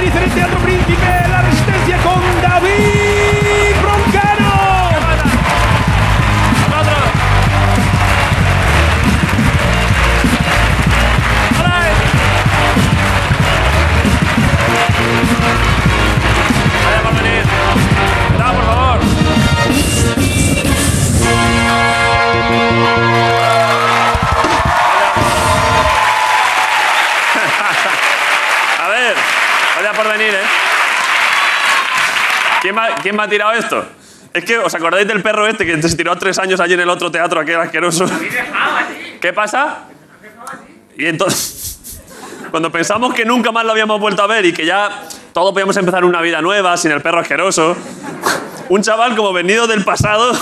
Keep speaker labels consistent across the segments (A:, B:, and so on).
A: dice en el Teatro Príncipe, la resistencia con David Broncano.
B: A ver, vaya por venir, ¿eh? ¿Quién me, ha- quién me ha tirado esto? Es que, ¿os acordáis del perro este que se tiró tres años allí en el otro teatro, aquel asqueroso? ¿Qué pasa? Y entonces, cuando pensamos que nunca más lo habíamos vuelto a ver y que ya todos podíamos empezar una vida nueva sin el perro asqueroso, un chaval como venido del pasado,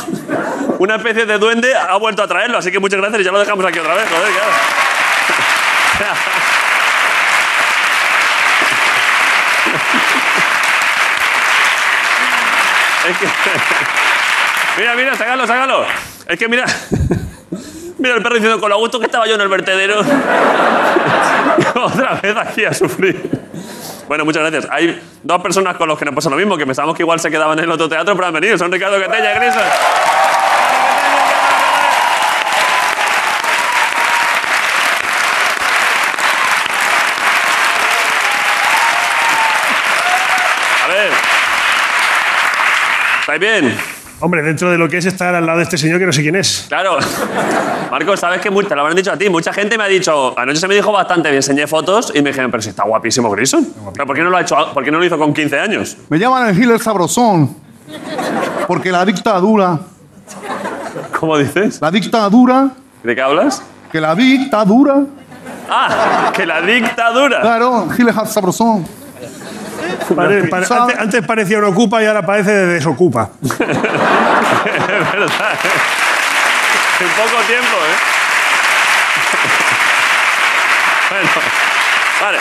B: una especie de duende, ha vuelto a traerlo. Así que muchas gracias y ya lo dejamos aquí otra vez. Joder, claro. Es que... Mira, mira, sácalo, sácalo. Es que mira... Mira el perro diciendo, con lo gusto que estaba yo en el vertedero. Otra vez aquí a sufrir. Bueno, muchas gracias. Hay dos personas con los que nos pasa lo mismo, que pensábamos que igual se quedaban en el otro teatro, pero han venido. Son Ricardo Catella y Grison. A ver. ¿Estáis bien?
C: Hombre, dentro de lo que es estar al lado de este señor que no sé quién es.
B: Claro. Marco, sabes que mu- te lo habrán dicho a ti. Mucha gente me ha dicho. Anoche se me dijo bastante, me enseñé fotos y me dijeron, pero si está guapísimo Grison. ¿Pero por qué no lo ha hecho? a- ¿Por qué no lo hizo con 15 años?
D: Me llaman el Hitler sabrosón. Porque la dictadura,
B: ¿Cómo dices?
D: la dictadura,
B: ¿De qué hablas?
D: que la dictadura.
B: Ah, que la dictadura.
D: Claro, Hitler sabrosón.
C: Pare- pare-
D: Sa-
C: antes, antes parecía un ocupa y ahora parece de desocupa.
B: Es verdad. En poco tiempo, ¿eh? Bueno, vale.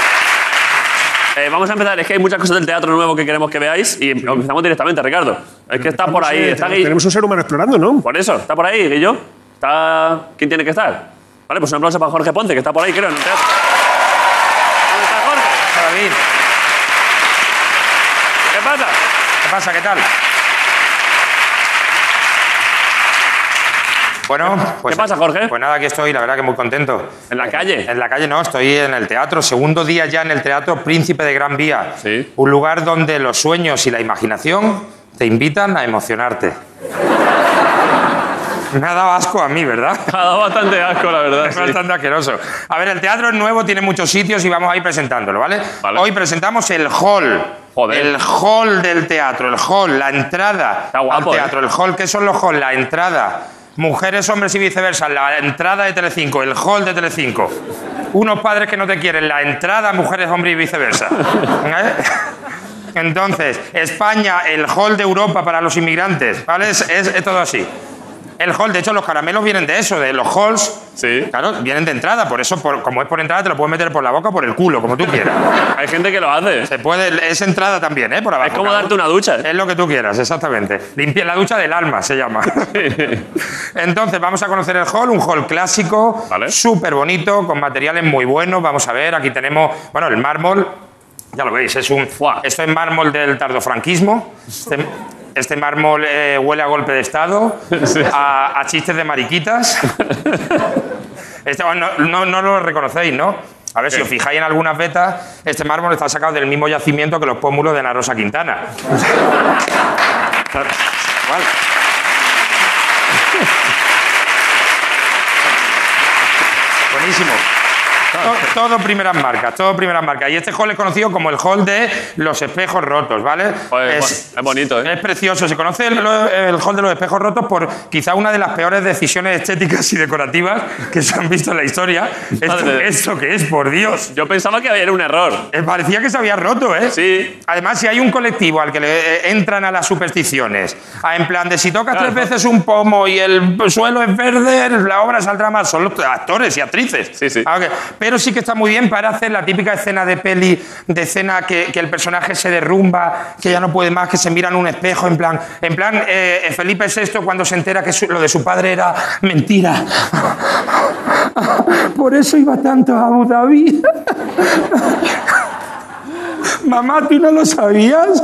B: Eh, vamos a empezar. Es que hay muchas cosas del teatro nuevo que queremos que veáis y empezamos directamente, Ricardo. Es que está por
C: No
B: ahí.
C: sé,
B: Está
C: te-
B: Gui-
C: Tenemos un ser humano explorando, ¿no?
B: Por eso, está por ahí, Guillo. Está... ¿Quién tiene que estar? Vale, pues un aplauso para Jorge Ponce, que está por ahí, creo, en el teatro. ¿Dónde está Jorge?
E: David,
B: ¿Qué pasa?
E: ¿qué pasa? ¿Qué tal? Bueno, pues,
B: ¿Qué pasa, Jorge?
E: Pues nada, aquí estoy, la verdad que muy contento.
B: En la calle.
E: En la calle no, estoy en el teatro. Segundo día ya en el teatro Príncipe de Gran Vía.
B: Sí.
E: Un lugar donde los sueños y la imaginación te invitan a emocionarte. Nada asco a mí, ¿verdad?
B: Ha dado bastante asco, la verdad.
E: Es bastante asqueroso. A ver, el teatro es nuevo, tiene muchos sitios y vamos a ir presentándolo, ¿vale?
B: Vale.
E: Hoy presentamos el hall.
B: Joder.
E: El hall del teatro, el hall, la entrada
B: Está guapo, ¿eh?
E: al teatro. El hall, ¿qué son los halls? La entrada. Mujeres, hombres y viceversa, la entrada de Telecinco, el hall de Telecinco. Unos padres que no te quieren, la entrada, mujeres, hombres y viceversa. ¿Eh? Entonces, España, el hall de Europa para los inmigrantes, ¿vale? Es, es- es todo así. El hall, de hecho, los caramelos vienen de eso, de los halls.
B: Sí.
E: Claro, vienen de entrada, por eso, por- como es por entrada, te lo puedes meter por la boca o por el culo, como tú quieras.
B: Hay gente que lo hace.
E: Se puede, es entrada también, ¿eh? Por abajo.
B: Es como
E: cada
B: darte
E: uno-
B: una ducha.
E: Es lo que tú quieras, exactamente. Limpia la ducha del alma, se llama. Entonces, vamos a conocer el hall, un hall clásico,
B: Vale.
E: súper bonito, con materiales muy buenos. Vamos a ver, aquí tenemos, bueno, el mármol, ya lo veis, es un.
B: Fuá.
E: Esto es mármol del tardofranquismo. Este, este mármol eh, huele a golpe de Estado, a, a chistes de mariquitas. Este, bueno, no, no, no lo reconocéis, ¿no? A ver, si os fijáis en algunas vetas, este mármol está sacado del mismo yacimiento que los pómulos de la Rosa Quintana. Vale. Buenísimo. To- Todo primeras marcas, todo primeras marcas. Y este hall es conocido como el hall de los espejos rotos, ¿vale?
B: Joder, es bonito, ¿eh?
E: Es precioso. Se conoce el, el hall de los espejos rotos por quizá una de las peores decisiones estéticas y decorativas que se han visto en la historia. ¿Esto,
B: Madre de-
E: esto qué es? Por Dios.
B: Yo pensaba que era un error.
E: Eh, Parecía que se había roto, ¿eh?
B: Sí.
E: Además, si hay un colectivo al que le eh, entran a las supersticiones, a en plan de si tocas
B: Claro.
E: tres veces un pomo y el suelo es verde, la obra saldrá mal. Son los actores y actrices.
B: Sí, sí.
E: Ah, ok. Pero sí que está muy bien para hacer la típica escena de peli, de escena que, que el personaje se derrumba, que ya no puede más, que se mira en un espejo, en plan, en plan eh, Felipe VI cuando se entera que su- lo de su padre era mentira. Por eso iba tanto a Abu Dhabi. Mamá, ¿tú no lo sabías?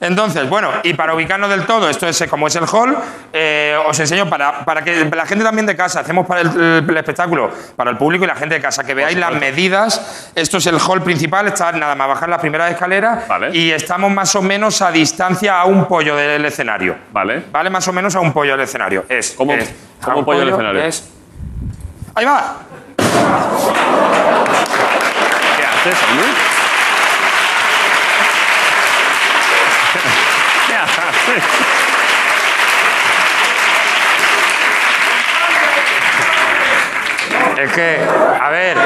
E: Entonces, bueno, y para ubicarnos del todo, esto es eh, como es el hall, eh, os enseño para, para que la gente también de casa, hacemos para el, el- el espectáculo, para el público y la gente de casa, que veáis las medidas. Esto es el hall principal, está nada más bajar las primeras escaleras
B: Vale.
E: y estamos más o menos a distancia a un pollo del escenario.
B: Vale.
E: Vale, más o menos a un pollo del escenario. Es.
B: ¿Cómo-
E: es,
B: cómo
E: a un
B: pollo del escenario?
E: es- ¡Ahí va!
B: ¿Qué haces, hombre? ¿Qué haces?
E: Es que, a ver,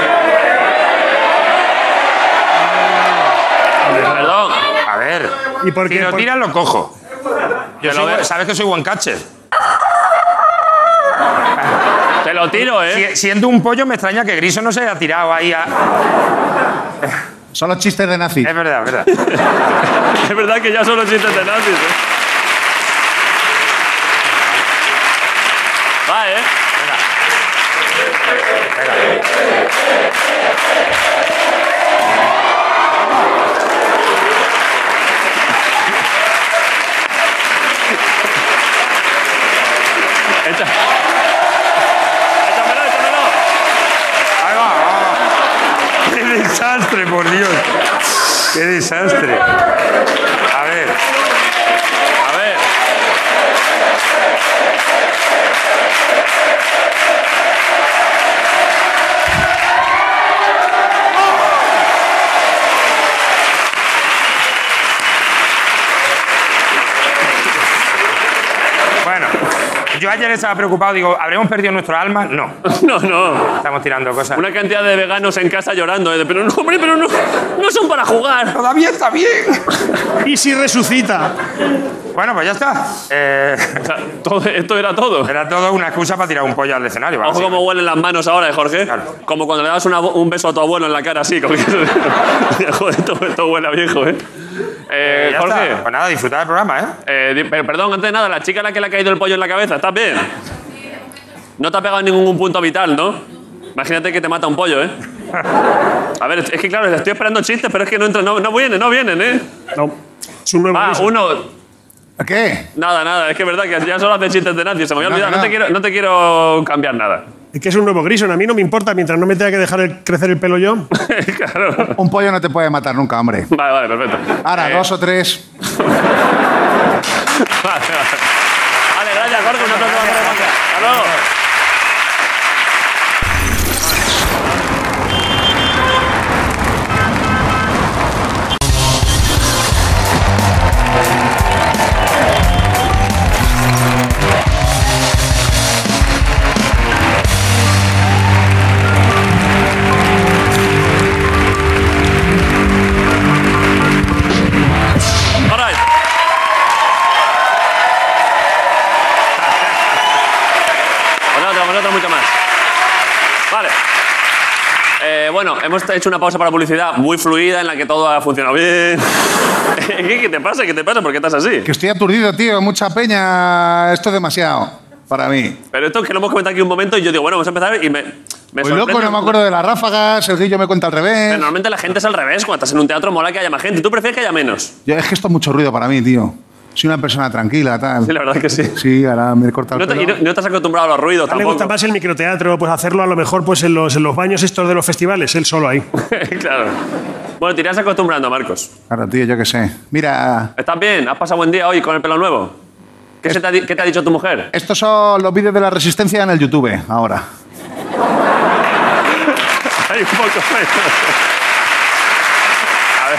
B: Perdón.
E: a ver.
C: ¿Y por
E: Si
C: qué?
E: lo
C: Por-
E: tiras, lo cojo. Yo
B: Te
E: soy
B: lo,
E: buen- sabes que soy buen catcher.
B: te lo tiro, ¿eh?
E: Si- siendo un pollo, me extraña que Griso no se haya tirado ahí. a-
D: Son los chistes de nazi.
E: Es verdad, es verdad.
B: Es verdad que ya son los chistes de nazis, ¿eh? Va, ¿eh? Echa- Échamelo, échamelo.
E: Ahí va, va. ¡Qué desastre, por Dios! ¡Qué desastre! A ver,
B: A ver.
E: bueno. Yo ayer estaba preocupado, digo, ¿habremos perdido nuestro alma? No,
B: No, no.
E: estamos tirando cosas.
B: Una cantidad de veganos en casa llorando, ¿eh? Pero no, hombre, pero no, no son para jugar.
E: Todavía está bien.
C: ¿Y si resucita?
E: Bueno, pues ya está. Eh,
B: O sea, todo- esto era todo.
E: era todo una excusa para tirar un pollo al escenario. vamos,
B: Ojo
E: sí.
B: cómo huelen las manos ahora, ¿eh, Jorge.
E: Claro.
B: Como cuando le das una bo- un beso a tu abuelo en la cara, así. Como que... Joder, esto, esto huele a viejo, ¿eh? Eh,
E: Eh, ya
B: Jorge,
E: está. Pues nada, disfrutar del programa, ¿eh?
B: eh, di- per- perdón, antes de nada, la chica a la que le ha caído el pollo en la cabeza, ¿estás bien? No te ha pegado en ningún punto vital, ¿no? Imagínate que te mata un pollo, ¿eh? A ver, es que claro, estoy esperando chistes, pero es que no entran, no, no vienen, no vienen, ¿eh?
C: No. Es un nuevo.
B: Va,
C: aviso.
B: uno,
D: ¿Qué?
B: nada, nada, es que es verdad que ya solo hacen chistes de nadie, se me había
D: Nada,
B: olvidado, no te
D: nada.
B: quiero, no te quiero cambiar nada.
C: Es que es un nuevo Grison. A mí no me importa mientras no me tenga que dejar el- crecer el pelo yo.
B: claro.
D: Un pollo no te puede matar nunca, hombre.
B: Vale, vale, perfecto.
D: Ahora,
B: Eh,
D: dos o tres.
B: Vale, vale. Vale, gracias, Jorge. Un aplauso para Jorge Manga. Hasta luego. All right. Vosotros, vosotros mucho más. Vale. Eh, bueno, hemos hecho una pausa para publicidad muy fluida en la que todo ha funcionado bien. ¿Qué, qué te pasa? ¿Qué te pasa? ¿Por qué estás así?
D: Que estoy aturdido, tío. Mucha peña. Esto es demasiado para mí.
B: Pero esto que lo hemos comentado aquí un momento y yo digo, bueno, vamos a empezar y me, me
D: Muy Pues loco,
B: sorprende-
D: no me acuerdo de las ráfagas. El guillo me cuenta al
B: Pero
D: revés.
B: normalmente la gente es al revés. Cuando estás en un teatro mola que haya más gente. Tú prefieres que haya menos.
D: Yo- es que esto es mucho ruido para mí, tío. Soy una persona tranquila, tal.
B: Sí, la verdad que sí.
D: Sí, ahora me he
B: No
D: cortado el
B: te, y
D: pelo.
B: no, no te has acostumbrado a los ruidos
C: A él le gusta
B: tampoco.
C: más el microteatro, pues hacerlo a lo mejor pues en los, en los baños estos de los festivales, él solo ahí.
B: claro. Bueno, te irás acostumbrando, Marcos.
D: Claro, tío, yo qué sé. Mira,
B: ¿Estás bien? ¿Has pasado buen día hoy con el pelo nuevo? ¿Qué, se te, ha, di- qué te ha dicho tu mujer?
D: estos son los vídeos de la resistencia en el YouTube ahora.
B: Hay un poco A ver.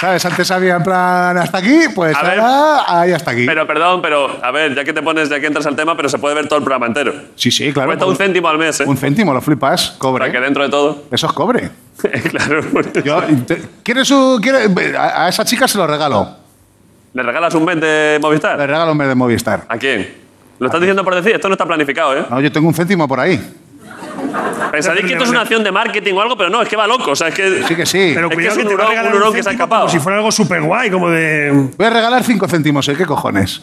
D: ¿Sabes? Antes había en plan hasta aquí, pues
B: A ver.
D: ahora ahí hasta aquí.
B: Pero perdón, pero a ver, ya que te pones, ya que entras al tema, pero se puede ver todo el programa entero.
D: sí, sí, claro.
B: Cuesta
D: por
B: un céntimo al mes, ¿eh?
D: un céntimo, lo flipas,
B: Para que
D: cobre.
B: dentro de todo. eh,
D: Eso es cobre.
B: claro.
D: Yo, te- ¿Quieres un- quiere- a, a esa chica se lo regalo.
B: ¿Le regalas un mes de
D: Le
B: Movistar?
D: regalo un mes de Movistar.
B: ¿A quién? Lo estás diciendo por decir, esto no está planificado, ¿eh?
D: No, yo tengo un céntimo por ahí.
B: Pensaréis que esto es una acción de marketing o algo, pero no, es que va loco, o sea, es que...
D: Sí que sí.
C: Pero
B: Es que
C: cuidado
B: es un
C: que, te va
B: hurón-
C: a regalar
B: un hurón que se ha
C: céntimo
B: escapado.
C: Como si fuera algo súper guay, como de.
D: Voy a regalar cinco céntimos, ¿eh? ¿Qué cojones?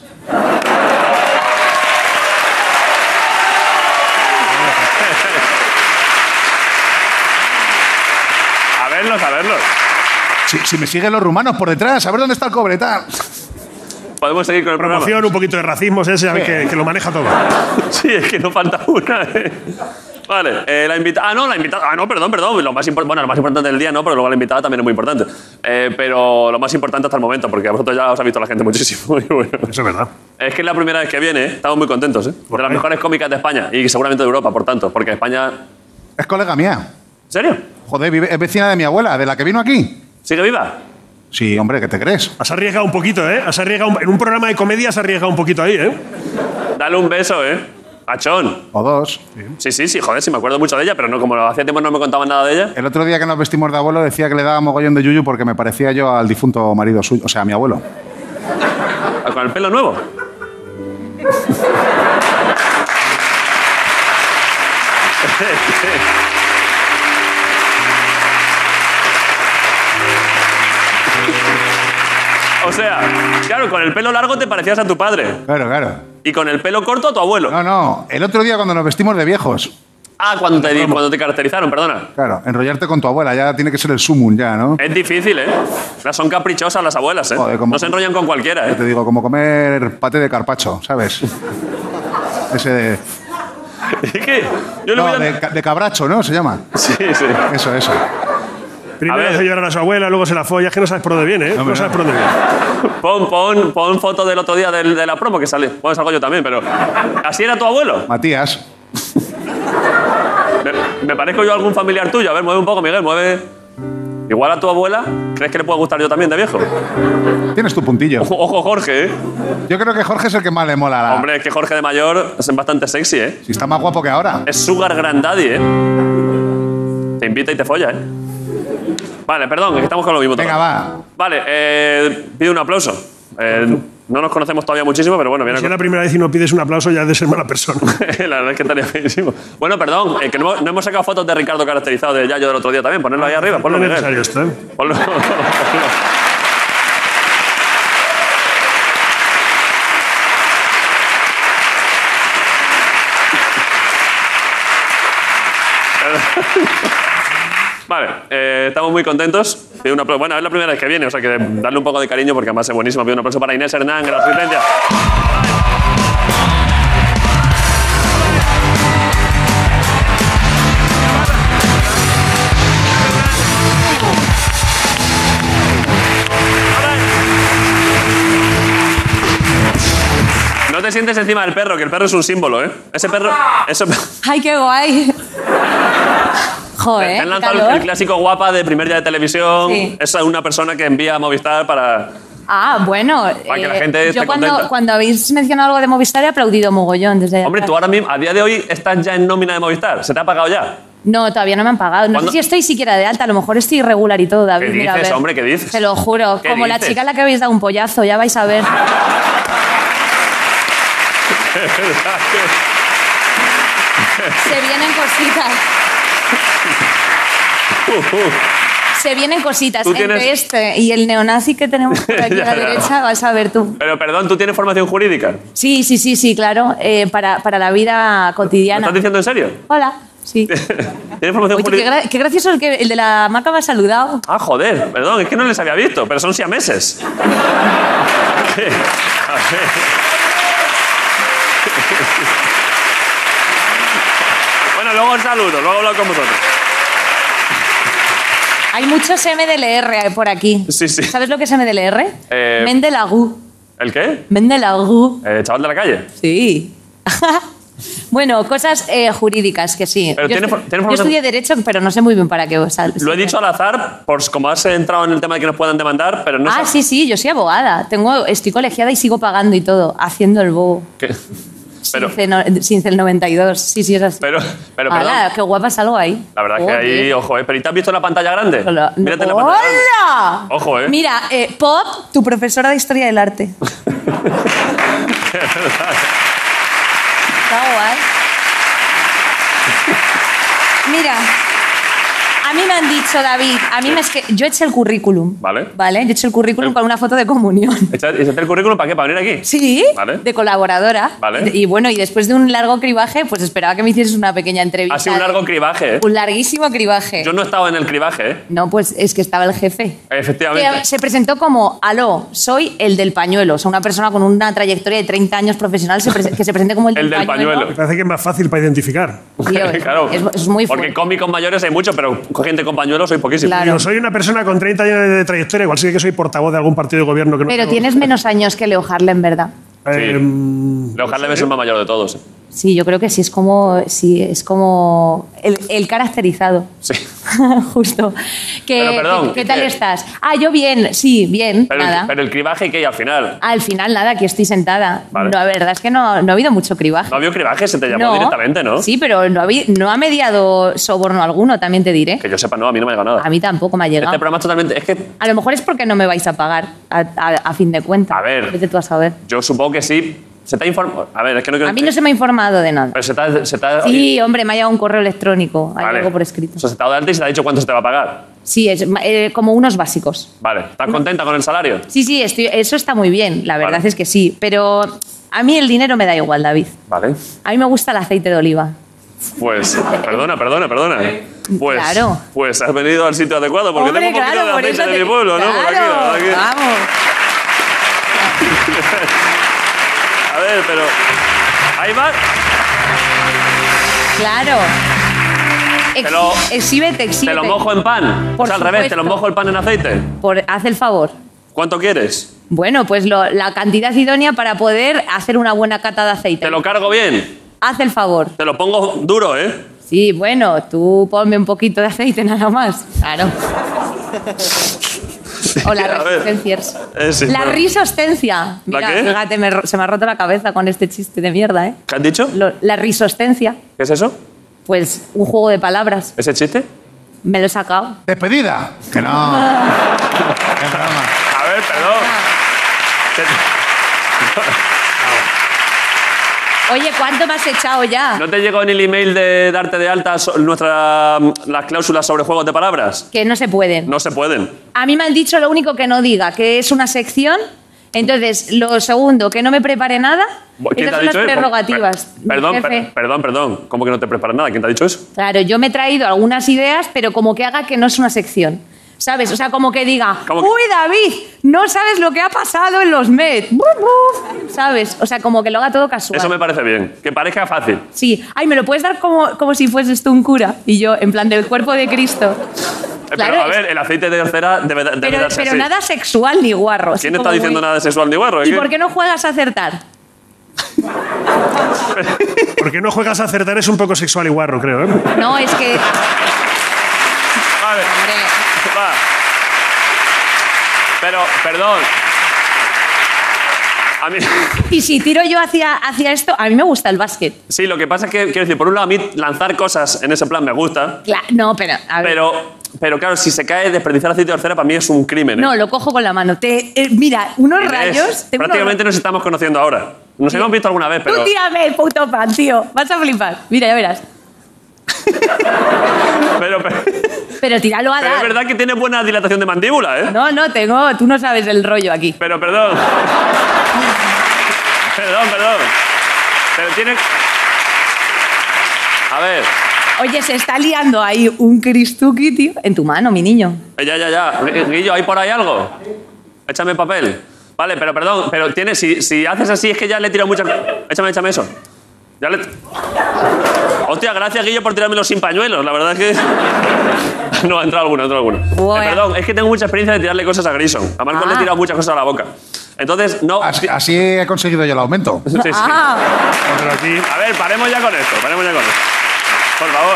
B: verlos, a verlos.
D: Si, si me siguen los rumanos por detrás, a ver dónde está el cobre, tal.
B: Podemos seguir con el programa.
C: Promoción, un poquito de racismo, ese sabe
D: Bien.
C: que, que lo maneja todo.
B: Sí, es que no falta una. eh. Vale, eh, la invitada. Ah, no, la invitada. Ah, no, perdón, perdón. Lo más impor- bueno, lo más importante del día no, pero luego la invitada también es muy importante. Eh, pero lo más importante hasta el momento, porque a vosotros ya os ha visto la gente muchísimo. y bueno.
C: Eso es verdad.
B: Es que es la primera vez que viene, ¿eh? estamos muy contentos. ¿eh? De
C: ¿Por
B: las
C: qué?
B: mejores cómicas de España y seguramente de Europa, por tanto, porque España. ¿En
D: Es colega mía.
B: serio?
D: Joder, vive- es vecina de mi abuela, de la que vino aquí.
B: ¿Sigue viva?
D: Sí, hombre, ¿qué te crees?
C: Has arriesgado un poquito, ¿eh? Has arriesgado un- en un programa de comedia has arriesgado un poquito ahí, ¿eh?
B: Dale un beso, ¿eh? Achón.
D: O dos.
B: Sí, sí, sí, joder, sí, me acuerdo mucho de ella, pero no, como hacía tiempo no me contaban nada de ella.
D: El otro día que nos vestimos de abuelo decía que le daba mogollón de yuyu porque me parecía yo al difunto marido suyo, o sea, a mi abuelo.
B: Ah, Con el pelo nuevo. O sea, claro, con el pelo largo te parecías a tu padre
D: Claro, claro.
B: y con el pelo corto a tu abuelo.
D: No, no. El otro día cuando nos vestimos de viejos.
B: Ah, cuando te, di- cuando te caracterizaron, perdona.
D: Claro, enrollarte con tu abuela ya tiene que ser el sumum ya, ¿no?
B: Es difícil, ¿eh? Las- Son caprichosas las abuelas, ¿eh?
D: Joder, cómo-
B: no se enrollan con cualquiera,
D: Yo
B: ¿eh?
D: te digo, como comer paté de carpacho, ¿sabes? Ese de,
B: Es que yo le voy
D: no,
B: a...
D: de, ca- de cabracho, ¿no? Se llama.
B: Sí, sí.
D: Eso, eso.
C: Primero
B: A ver.
C: hace llorar a su abuela, luego se la folla, es que no sabes por dónde viene, ¿eh? No,
D: hombre,
C: sabes por dónde viene.
B: Pon, pon, pon foto del otro día del- de la promo que sale. Bueno, salgo yo también, pero... ¿Así era tu abuelo?
D: Matías.
B: Me, me parezco yo a algún familiar tuyo. A ver, mueve un poco, Miguel, mueve... Igual a tu abuela, ¿crees que le puede gustar yo también de viejo?
D: Tienes tu puntillo.
B: Ojo, ojo, Jorge, ¿eh?
D: Yo creo que Jorge es el que más le mola. la-
B: Hombre, es que Jorge de mayor es bastante sexy, ¿eh?
D: Si está más guapo que ahora.
B: Es Sugar Granddaddy, ¿eh? Te invita y te folla, ¿eh? Vale, perdón, es que estamos con lo mismo. todo.
D: Venga, va.
B: Vale, eh, pido un aplauso. Eh, no nos conocemos todavía muchísimo, pero bueno, viene
C: Si es
B: con...
C: la primera vez y no pides un aplauso, ya has de ser mala persona.
B: La verdad es que estaría buenísimo. Bueno, perdón, eh, que no, hemos- no hemos sacado fotos de Ricardo caracterizado de Yayo del otro día también. Ponedlo ahí arriba, ponlo,
C: no es
B: Miguel.
C: necesario esto, ¿eh?
B: Ponlo- ponlo. Vale, eh, estamos muy contentos. Pido un apla- Bueno, es la primera vez que viene, o sea que darle un poco de cariño porque además es buenísimo. Pido un aplauso para Inés Hernán, que la asistencia. No te sientes encima del perro, que el perro es un símbolo, ¿eh? Ese perro.
F: ¡Ah!
B: Ese perro.
F: ¡Ay, qué guay!
B: Te
F: Joder,
B: han
F: qué
B: lanzado el- el
F: calor.
B: clásico guapa de primer día de televisión.
F: Sí.
B: Es una persona que envía a Movistar para.
F: Ah, bueno.
B: Para que la gente esté
F: yo cuando,
B: contenta.
F: cuando habéis mencionado algo de Movistar he aplaudido mogollón desde allá
B: Hombre, tú ahora
F: atrás.
B: mismo, a día de hoy, estás ya en nómina de Movistar. Se te ha pagado ya.
F: No, todavía no me han pagado. No
B: ¿Cuándo?
F: sé si estoy siquiera de alta, a lo mejor estoy irregular y todo, David.
B: ¿Qué
F: Mira, a
B: dices,
F: ver.
B: hombre? ¿Qué dices?
F: Te lo juro.
B: ¿Qué
F: Como la
B: dices?
F: chica a la que habéis dado un pollazo, ya vais a ver. Se vienen cositas. Se vienen cositas.
B: Uh, Tú
F: Entre
B: tienes-
F: este y el neonazi que tenemos por aquí
B: Ya,
F: a la
B: ya.
F: derecha, vas a ver tú.
B: Pero perdón, ¿tú tienes formación jurídica? ¿Me
F: Sí, sí, sí, sí, claro. eh, para, para la vida cotidiana.
B: estás diciendo en serio?
F: Hola. Sí.
B: ¿Tienes formación
F: Oye, qué,
B: jurídica?
F: gra- qué gracioso el que el de la marca me ha saludado.
B: Ah, joder, perdón, es que no les había visto, pero son siameses. bueno, luego os saludo, luego hablo con vosotros.
F: Hay muchos MDLR por aquí.
B: Sí, sí.
F: ¿Sabes lo que es MDLR?
B: Eh,
F: Mendelagú.
B: ¿El qué?
F: Mendelagú.
B: Eh, chaval de la calle.
F: Sí. bueno, cosas eh, jurídicas que sí.
B: Pero
F: yo,
B: tiene
F: estu-
B: for- tiene
F: yo
B: formación-
F: estudié Derecho, pero no sé muy bien para qué. o sea,
B: Lo he dicho al azar, por como has entrado en el tema de que nos puedan demandar, pero no
F: ah,
B: sé-
F: sí, sí, yo soy abogada. Tengo, estoy colegiada y sigo pagando y todo, haciendo el bobo.
B: que- Pero-
F: Since, no- Since el 92. Sí, sí, es así.
B: Pero- pero,
F: Ala,
B: perdón.
F: qué guapa salgo ahí.
B: La verdad es que
F: Joder.
B: ahí, ojo, ¿eh? Pero ¿y te has visto en la pantalla grande?
F: Hola.
B: Mírate en la pantalla grande.
F: ¡Hola!
B: Ojo, ¿eh?
F: Mira, eh, Pop, tu profesora de historia del arte. Está guay. Mira, a mí me han dicho, David, a mí me es que yo eché el currículum.
B: Vale.
F: Vale, yo eché el currículum
B: El-
F: con una foto de comunión.
B: Echa- ¿Echaste el currículum para qué? ¿Para venir aquí?
F: Sí,
B: Vale.
F: de colaboradora.
B: Vale.
F: Y bueno, y después de un largo cribaje, pues esperaba que me hicieses una pequeña entrevista.
B: Ha sido un largo cribaje, ¿eh?
F: Un larguísimo cribaje.
B: Yo no he estado en el cribaje, ¿eh?
F: No, pues es que estaba el jefe.
B: Efectivamente.
F: Que se presentó como, aló, soy el del pañuelo. O sea, una persona con una trayectoria de 30 años profesional se prese- que se presente como el del,
B: El del
C: Me parece que es más fácil para identificar.
F: Tío, es-
B: claro.
F: es, es muy
B: Porque
F: fuerte.
B: cómicos mayores hay muchos, pero con gente con pañuelos soy poquísimo.
F: Claro.
C: Yo soy una persona con 30 años de trayectoria, igual sí que soy portavoz de algún partido de gobierno que no
F: Pero
C: tengo-
F: tienes menos años que Leo Harlem, ¿verdad?
B: Sí.
C: Em,
B: Leo Harlem es el más mayor de todos. ¿eh?
F: Sí, yo creo que sí, es como, sí, es como el, el caracterizado.
B: Sí.
F: Justo. ¿Qué,
B: Pero, perdón,
F: qué- qué tal
B: ¿qué?
F: estás? Ah, yo bien, sí, bien,
B: Pero, el,
F: nada.
B: pero el cribaje, ¿qué? Y al final.
F: Al final, nada, aquí estoy sentada.
B: Vale.
F: No, la verdad es que no, no ha habido mucho cribaje.
B: No había cribaje, se te llamó directamente, ¿no?
F: Sí, pero no ha, habi- no ha mediado soborno alguno, también te diré.
B: Que yo sepa, no, a mí no me ha llegado nada.
F: A mí tampoco me ha
B: Este
F: llegado.
B: programa es totalmente. Es que
F: A lo mejor es porque no me vais a pagar, a, a- a fin de cuentas.
B: A ver.
F: Vete tú a saber.
B: yo supongo que sí. Se te ha informado. A ver, es que no quiero.
F: A mí no se me ha informado de nada.
B: Pero se te ha. Se te ha-
F: Sí, hombre, me ha llegado un correo electrónico, hay
B: Pues, Vale.
F: algo por escrito.
B: O sea, se te ha dado de alta y se te ha dicho cuánto se te va a pagar.
F: Sí, es eh, como unos básicos.
B: Vale. ¿Estás contenta con el salario?
F: Sí, sí, estoy- eso está muy bien, la verdad
B: Vale.
F: es que sí, pero a mí el dinero me da igual, David.
B: Vale.
F: A mí me gusta el aceite de oliva.
B: Pues, perdona, perdona, perdona. Pues,
F: Claro.
B: pues has venido al sitio adecuado porque
F: Hombre,
B: tengo un poquito
F: claro, por
B: de aceite
F: eso
B: de
F: te-
B: mi pueblo, ¿no? Por aquí,
F: Claro, Ah.
B: por aquí.
F: vamos.
B: A ver, pero. Ahí va.
F: Claro.
B: Te lo-
F: Exhi- exhíbete,
B: Te
F: exhíbete.
B: lo mojo en pan.
F: Por
B: o sea, al revés, te lo
F: supuesto.
B: mojo el pan en aceite.
F: Por- haz el favor.
B: ¿Cuánto quieres?
F: Bueno, pues lo- la cantidad idónea para poder hacer una buena cata de aceite.
B: Te lo cargo bien.
F: Haz el favor.
B: Te lo pongo duro, ¿eh?
F: Sí, bueno, tú ponme un poquito de aceite nada más. Claaro. O la
B: a ver.
F: resistencias.
B: Eh, sí,
F: la
B: pero-
F: risostencia. Mira,
B: qué?
F: fíjate, me ro- se me ha roto la cabeza con este chiste de mierda, ¿eh?
B: ¿Qué has dicho?
F: Lo- la risostencia,
B: ¿Qué es eso?
F: pues un juego de palabras.
B: ¿Ese chiste?
F: Me lo he sacado.
D: ¿Despedida? Que no. Es broma.
B: A ver, perdón.
F: Oye, ¿cuánto me has echado ya?
B: ¿No te llegó ni el email de darte de alta so- nuestra, mm, las cláusulas sobre juegos de palabras?
F: Que no se pueden.
B: No se pueden.
F: A mí me han dicho lo único que no diga, que es una sección. Entonces, lo segundo, que no me prepare nada.
B: ¿Quién
F: Esas
B: te ha
F: son las
B: dicho eso?
F: prerrogativas.
B: Per-
F: mi
B: Perdón,
F: jefe.
B: per- perdón, perdón. ¿Cómo que no te preparas nada? ¿Quién te ha dicho eso?
F: Claro, yo me he traído algunas ideas, pero como que haga que no es una sección. ¿Sabes? O sea, como que diga,
B: Como que-
F: uy, David, no sabes lo que ha pasado en los Met. Buf, buf. ¿Sabes? O sea, como que lo haga todo casual.
B: Eso me parece bien. Que parezca fácil. Eh,
F: Sí, ay, me lo puedes dar como, como si fueses tú un cura. Y yo, en plan, del cuerpo de
B: Eh,
F: Cristo. Claro,
B: pero a
F: es-
B: ver, el aceite de cera debe, da- debe
F: Pero,
B: darse
F: pero
B: así.
F: nada sexual ni guarro. así
B: ¿Quién está
F: como
B: diciendo
F: muy-
B: nada sexual ni guarro?
F: ¿Y
B: ¿Qué?
F: por qué no juegas a acertar?
C: ¿Por qué no juegas a acertar? Es un poco sexual y guarro, creo. ¿eh?
F: No, es que.
B: Vale, va. Pero, perdón. A mí,
F: Y si tiro yo hacia, hacia esto, a mí me gusta el básquet.
B: sí, lo que pasa es que, quiero decir, por un lado, a mí lanzar cosas en ese plan me gusta,
F: Cla- no, pero. A ver.
B: pero, pero claro, si se cae desperdiciar aceite de cera para mí es un crimen. ¿eh?
F: No, lo cojo con la mano. Te, eh, mira, unos
B: Inés,
F: rayos. tengo unos
B: prácticamente nos estamos conociendo ahora. Nos hemos visto alguna vez, pero.
F: Tú tírame el puto pan, tío. Vas a flipar. Mira, ya verás.
B: Pero, pero-
F: Pero tíralo a
B: pero es
F: dar.
B: verdad que tiene buena dilatación de mandíbula, ¿eh?
F: No, no, tengo. Tú no sabes el rollo aquí.
B: Pero perdón. perdón, perdón. Pero tiene. A ver.
F: Oye, se está liando ahí un Cristuki, tío. En tu mano, mi niño.
B: Eh, Ya, ya, ya. Gu- Guillo, ¿hay por ahí algo? Échame papel. Vale, pero perdón, pero tiene, si, si haces así es que ya le he tirado muchas... Échame, échame eso. Ya le... Hostia, gracias Guillo por tirármelo sin pañuelos, la verdad es que... No, ha entrado alguno, ha entrado alguno.
F: Buah.
B: Eh, perdón, es que tengo mucha experiencia de tirarle cosas a Grison. A Marcos le he
F: Ah.
B: tirado muchas cosas a la boca. Entonces, no...
D: Así, así he conseguido yo el aumento.
B: Sí, sí.
F: Ah,
C: Pero aquí
B: A ver, paremos ya con esto, paremos ya con esto. Por favor,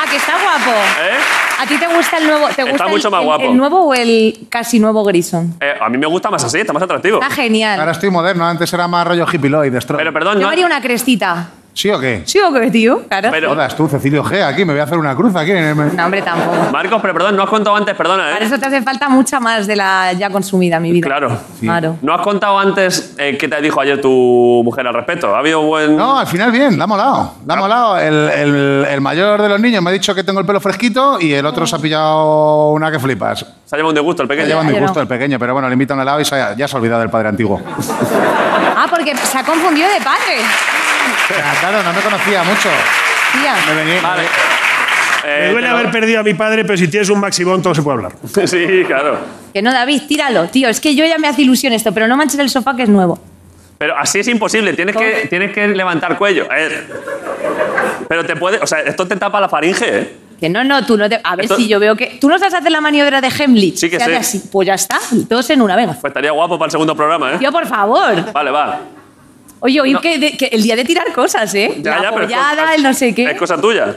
F: ah, que está guapo.
B: ¿eh?
F: ¿A ti te gusta el nuevo? Te gusta el-
B: mucho más
F: el-
B: guapo.
F: El, nuevo o el casi nuevo Grison?
B: Eh, a mí me gusta más
F: Ah.
B: así, está más atractivo.
F: Está genial.
D: Ahora estoy moderno, antes era más rollo hippie y
B: Pero perdón,
F: Yo
B: no,
F: me haría una crestita.
D: ¿Sí o qué?
F: ¿Sí o qué, tío? Claro.
B: Pero-
D: Jodas tú, Cecilio G, aquí me voy a hacer una cruz aquí. en el-
F: No, hombre, tampoco.
B: Marcos, pero perdón, no has contado antes, perdona,
F: Para
B: ¿eh?
F: eso te hace falta mucha más de la ya consumida, mi vida.
B: Claro.
F: Claro.
B: No has contado antes eh, qué te dijo ayer tu mujer al respecto. ¿Ha habido buen.?
D: No, al final bien, la ha molado. La ha molado. El, el- el mayor de los niños me ha dicho que tengo el pelo fresquito y el otro se ha pillado una que flipas.
B: Se ha llevado un disgusto el
D: Que
B: pequeño.
D: lleva mi
F: yo
D: gusto
F: no.
D: el pequeño, pero bueno, le invito a un helado y se ha- ya se ha olvidado del padre antiguo.
F: Ah, porque se ha confundido de padre.
D: claro, no me conocía mucho.
F: Tía.
D: Me venía-
B: Vale. Eh,
C: Me duele
B: te lo-
C: haber perdido a mi padre, pero si tienes un maximón todo se puede hablar.
B: Sí, claro.
F: Que no, David, tíralo, tío. Es que yo ya me hace ilusión esto, pero no manches el sofá que es nuevo.
B: Pero así es imposible. Tienes que, tienes que levantar cuello. A ver. Pero te puede. O sea, esto te tapa la faringe, ¿eh?
F: Que no, no, tú no te. A ver
B: Esto-
F: si yo veo que. Tú no sabes hacer la maniobra de Hemlich.
B: Sí que
F: Se hace
B: sé.
F: así. Pues ya está. Todos en una, venga.
B: Pues estaría guapo para el segundo programa, ¿eh?
F: Tío, por favor.
B: Vale, va.
F: Oye, oí
B: No.
F: que, de- que el día de tirar cosas, ¿eh?
B: Ya,
F: la
B: ya, pero es
F: apoyada,
B: cosa-
F: el no sé qué.
B: Es cosa tuya.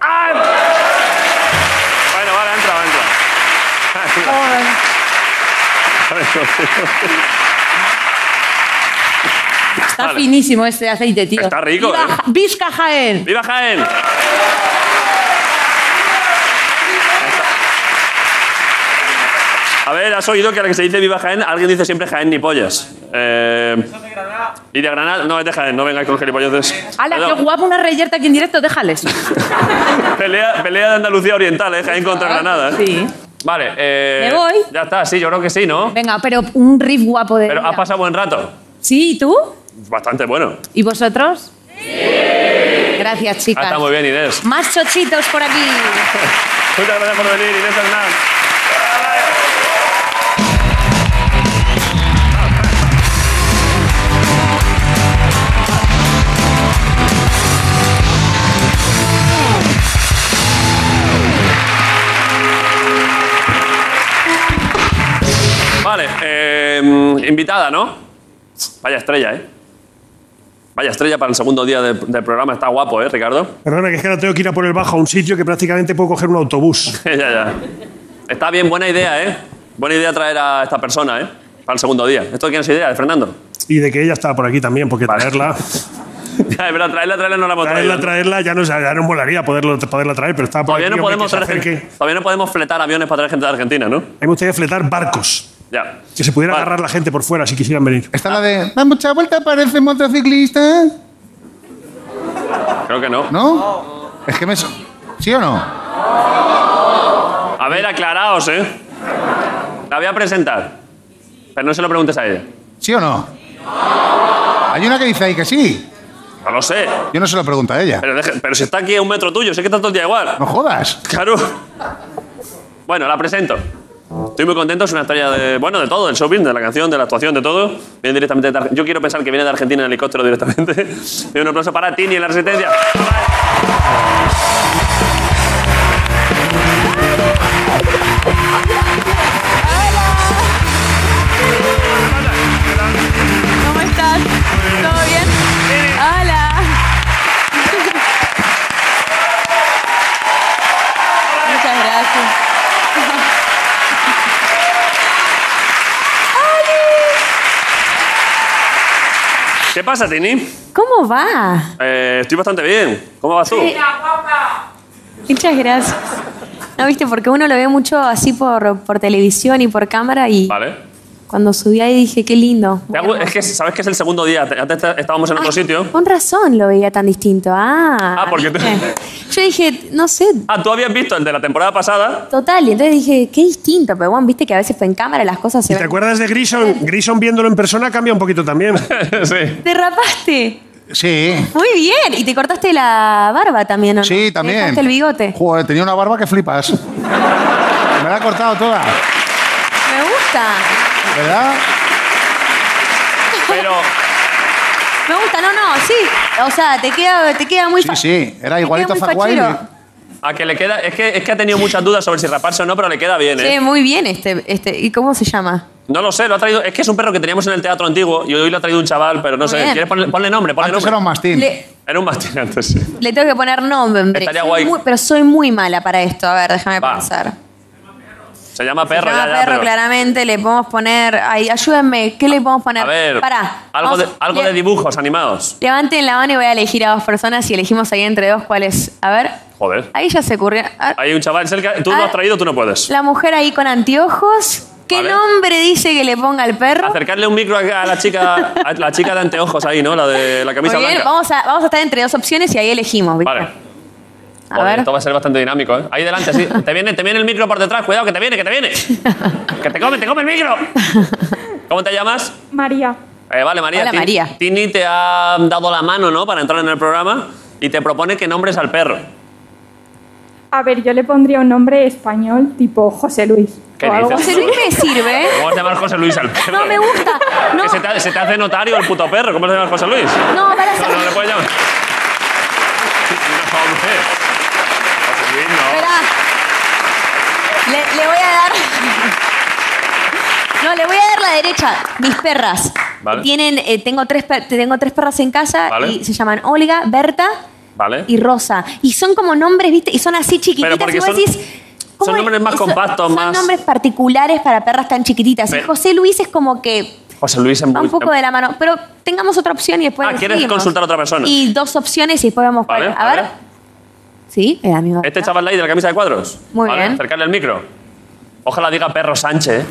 B: ¡Ah! Bueno, vale, entra, va, entra.
F: Oh, Está
B: vale.
F: finísimo este aceite, tío.
B: Está rico,
F: Viva
B: ¿eh?
F: Ja- Vizca Jaén.
B: ¡Viva Jaén! A ver, has oído que a la que se dice Viva Jaén, alguien dice siempre Jaén ni pollas. Eh, y de Granada, no, es de Jaén, no vengáis con gilipolleces.
F: ¡Hala,
B: Perdón.
F: qué guapo una reyerta aquí en directo! Déjales.
B: Pelea, pelea de Andalucía Oriental, ¿eh? Jaén contra Granada. ¿eh?
F: Sí.
B: Vale, eh,
F: ¿Me voy?
B: Ya está, sí, yo creo que sí, ¿no?
F: Venga, pero un riff guapo de.
B: Pero has
F: mira.
B: pasado buen rato.
F: Sí, ¿y tú?
B: Bastante bueno.
F: ¿Y vosotros? Gracias,
B: Ah,
F: chicas.
B: está muy bien, Inés.
F: Más chochitos por aquí.
B: Muchas gracias por venir, Inés Hernán. Vale, eh, invitada, ¿no? Vaya estrella, ¿eh? Vaya estrella para el segundo día de- del programa. Está guapo, ¿eh, Ricardo?
C: Perdona, que es que ahora tengo que ir a por el bajo a un sitio que prácticamente puedo coger un autobús.
B: ya, ya. Está bien, buena idea, ¿eh? Buena idea traer a esta persona, ¿eh? Para el segundo día. ¿Esto quién es idea? ¿De Fernando?
C: Y de que ella estaba por aquí también, porque
B: Vale.
C: traerla,
B: Ya, es verdad, traerla, traerla no la hemos traído. ¿eh?
C: traerla, traerla, ya no, ya no molaría poderlo, poderla traer, pero estaba por
B: Todavía
C: aquí.
B: no,
C: hombre,
B: podemos
C: que se
B: traer-
C: acerque.
B: todavía no podemos fletar aviones para traer gente de Argentina, ¿no?
C: A mí me gustaría fletar barcos,
B: Ya.
C: que se pudiera
B: Vale.
C: agarrar la gente por fuera si quisieran venir.
D: Está la de. Da mucha vuelta, parece motociclista.
B: Creo que no.
D: ¿No? Es que me. so- ¿Sí o no?
B: A ver, aclaraos, ¿eh? La voy a presentar. Pero no se lo preguntes a ella.
D: ¿Sí o no? Hay una que dice ahí que sí.
B: No lo sé.
D: Yo no se lo pregunto a ella.
B: Pero, deje- pero si está aquí a un metro tuyo, sé que está todo el día igual.
D: No jodas.
B: Claro. Bueno, la presento. Estoy muy contento, es una historia de, bueno, de todo, del shopping, de la canción, de la actuación, de todo. Viene directamente de Ar- Yo quiero pensar que viene de Argentina en helicóptero directamente. Y un aplauso para Tini en la Resistencia.
G: ¿Cómo estás? ¿Todo bien? Hola. Muchas gracias.
B: ¿Qué pasa, Tini?
G: ¿Cómo va?
B: Eh, estoy bastante bien. ¿Cómo vas tú?
G: Sí. Muchas gracias. No, viste, porque uno lo ve mucho así por, por televisión y por cámara y
B: Vale.
G: cuando subí ahí dije, qué lindo.
B: Te hago- es que sabes que es el segundo día. Te- Antes te- estábamos en otro
G: Ah,
B: sitio.
G: Con razón lo veía tan distinto. Ah,
B: Ah, porque tú-
G: ¿viste? Yo dije, no sé,
B: Ah, tú habías visto el de la temporada pasada.
G: total. Y entonces dije, qué distinto. Pero bueno, viste que a veces en cámara las cosas se
C: ¿Y te
G: ven.
C: acuerdas de Grison? Grison viéndolo en persona cambia un poquito también.
B: sí.
G: Te rapaste.
D: Sí.
G: Muy bien. Y te cortaste la barba también, ¿o ¿no?
D: Sí,
G: Te
D: también.
G: dejaste el bigote.
D: Joder, tenía una barba que flipas. Me la ha cortado toda.
G: Me gusta.
D: ¿Verdad?
B: Pero,
G: Me gusta, no, no, sí. O sea, te queda, te queda muy
D: Sí,
G: fa-
D: sí. Era
G: te
D: igualito
G: queda
D: a
G: muy
D: Fat Wiley.
G: fachero.
B: a que le queda. Es que, es que ha tenido muchas dudas sobre si raparse o no, pero le queda bien, ¿eh?
G: Che, muy bien este, este. ¿Y cómo se llama?
B: No lo sé, lo ha traído. Es que es un perro que teníamos en el teatro antiguo y hoy lo ha traído un chaval, pero no
G: Muy
B: sé.
G: bien.
B: ¿Quieres ponerle, ponle nombre? Ponle
D: Antes
B: nombre.
D: era un mastín.
G: Le,
B: Era un mastín antes, sí.
G: le tengo que poner nombre.
B: Estaría
G: Soy
B: guay.
G: muy- pero soy muy mala para esto. A ver, déjame
B: Va.
G: pensar.
B: Se llama perro,
G: Se
B: ya,
G: llama
B: ya,
G: perro,
B: pero-
G: claramente. Le podemos poner. Ay, ayúdenme, ¿qué le podemos poner?
B: A ver,
G: Pará,
B: algo,
G: vamos-
B: de, algo de
G: le-
B: dibujos animados.
G: Levanten la mano y voy a elegir a dos personas y elegimos ahí entre dos cuál es. A ver.
B: Joder.
G: Ahí ya se ocurrió. Ah,
B: Hay un chaval cerca. Tú
G: Ah.
B: lo has traído, tú no puedes.
G: La mujer ahí con anteojos. ¿Qué
B: Vale.
G: nombre dice que le ponga al perro?
B: Acercarle un micro a a la chica, a la chica de anteojos ahí, ¿no? La de la
G: Muy
B: camisa
G: bien,
B: blanca.
G: vamos a, vamos a estar entre dos opciones y ahí elegimos, ¿viste?
B: Vale.
G: A
B: Joder,
G: ver.
B: Esto va a ser bastante dinámico, ¿eh? Ahí delante, sí. Te viene, te viene el micro por detrás. Cuidado, que te viene, que te viene. Que te come, te come el micro. ¿Cómo te llamas?
H: María.
B: Eh, vale, María.
F: Hola,
B: Ti-
F: María.
B: Tini te ha dado la mano, ¿no? Para entrar en el programa y te propone que nombres al perro.
H: A ver, yo le pondría un nombre español tipo José Luis.
B: ¿Qué
H: o algo
B: dices?
H: así.
G: José Luis me sirve, ¿eh?
B: ¿Cómo se llama José Luis al perro?
G: No me gusta.
B: Que se, te, se te hace notario el puto perro. ¿Cómo se llama José Luis?
G: No, para
B: No, no le puedes llamar. No, hombre. José Luis, no.
G: Esperá. Le, le voy a dar. No, le voy a dar la derecha. Mis perras.
B: Vale.
G: Tienen, eh, tengo, tres per- tengo tres perras en casa
B: Vale.
G: y se llaman Olga, Berta
B: Vale.
G: y Rosa. Y son como nombres, ¿viste? Y son así chiquititas.
B: Pero porque
G: y vos
B: son-
G: decís, ¿cómo
B: son nombres más
G: eso-
B: compactos,
G: son
B: más-
G: nombres particulares para perras tan chiquititas. Y
B: Pero-
G: José Luis es como que
B: José Luis es muy-
G: va
B: eh,
G: un poco de la mano. Pero tengamos otra opción y después.
B: Ah, ¿quieres
G: decidimos.
B: consultar a otra persona?
G: Y dos opciones y después vamos
B: Vale,
G: cuál- A ver.
B: vale.
G: Sí,
F: eh,
G: era mi
B: Este chaval de ahí de la camisa de cuadros.
G: Muy bien.
B: Acercarle el micro. Ojalá diga perro Sánchez. ¿eh?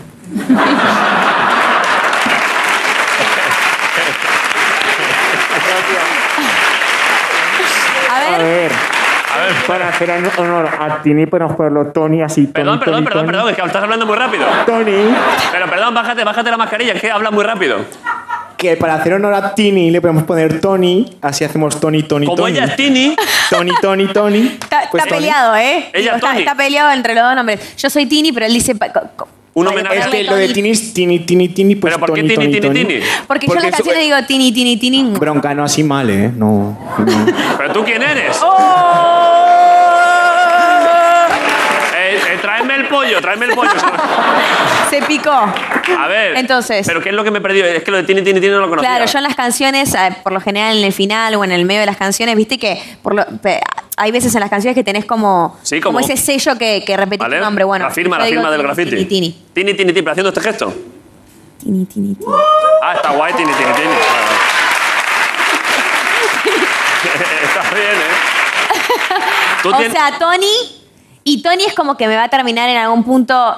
G: A ver.
B: A ver,
I: Para hacer honor a Tini, podemos ponerlo Tony así. Tony,
B: perdón,
I: Tony,
B: perdón, perdón,
I: Tony.
B: perdón, es que estás hablando muy rápido.
I: Tony,
B: Pero perdón, bájate, bájate la mascarilla, es que habla muy rápido.
I: que para hacer honor a Tini le podemos poner Tony, así hacemos Tony, Tony,
B: Como
I: Tony.
B: ella es Tini,
I: Tony, Tony, Tony.
G: Está,
I: Pues
G: está
I: Tony.
G: peleado, ¿eh?
B: Ella,
G: Digo, está,
B: Tony.
G: está peleado entre los dos nombres. Yo soy Tini, pero él dice. pa- co- co-
B: Un
G: hay que
B: homenaje.
I: Es
G: ponerle
I: que lo de Tini es Tini, Tini, Tini, pues
B: ¿Pero por qué
I: Tony,
B: Tini,
I: Tony,
B: Tini,
I: Tony.
B: Tini?
G: Porque, yo en
I: Porque
G: la
I: eso-
G: canción le digo Tini, Tini, Tini.
I: Bronca, no así mal, ¿eh? No. no.
B: ¿pero tú quién eres?
I: ¡Oh!
B: Eh, eh, tráeme el pollo, tráeme el pollo.
G: Se picó.
B: A ver.
G: Entonces.
B: ¿Pero qué es lo que me he perdido? Es que lo de Tini, Tini, Tini no lo conocía.
G: Claro, yo en las canciones, eh, por lo general en el final o en el medio de las canciones, viste que por lo- pe- hay veces en las canciones que tenés como,
B: Sí, como-
G: ese sello que, que repetís
B: ¿Vale?
G: tu nombre. Bueno,
B: la firma,
G: yo
B: la
G: digo
B: firma del
G: Tini,
B: graffiti.
G: Tini, Tini.
B: Tini, Tini, Tini, pero haciendo este gesto.
G: Tini, Tini, Tini.
B: Ah, está guay, Tini, Tini, Tini. Vale, vale. está bien, ¿eh? Tú
G: O
B: tien-
G: sea, Tony. Y Tony es como que me va a terminar en algún punto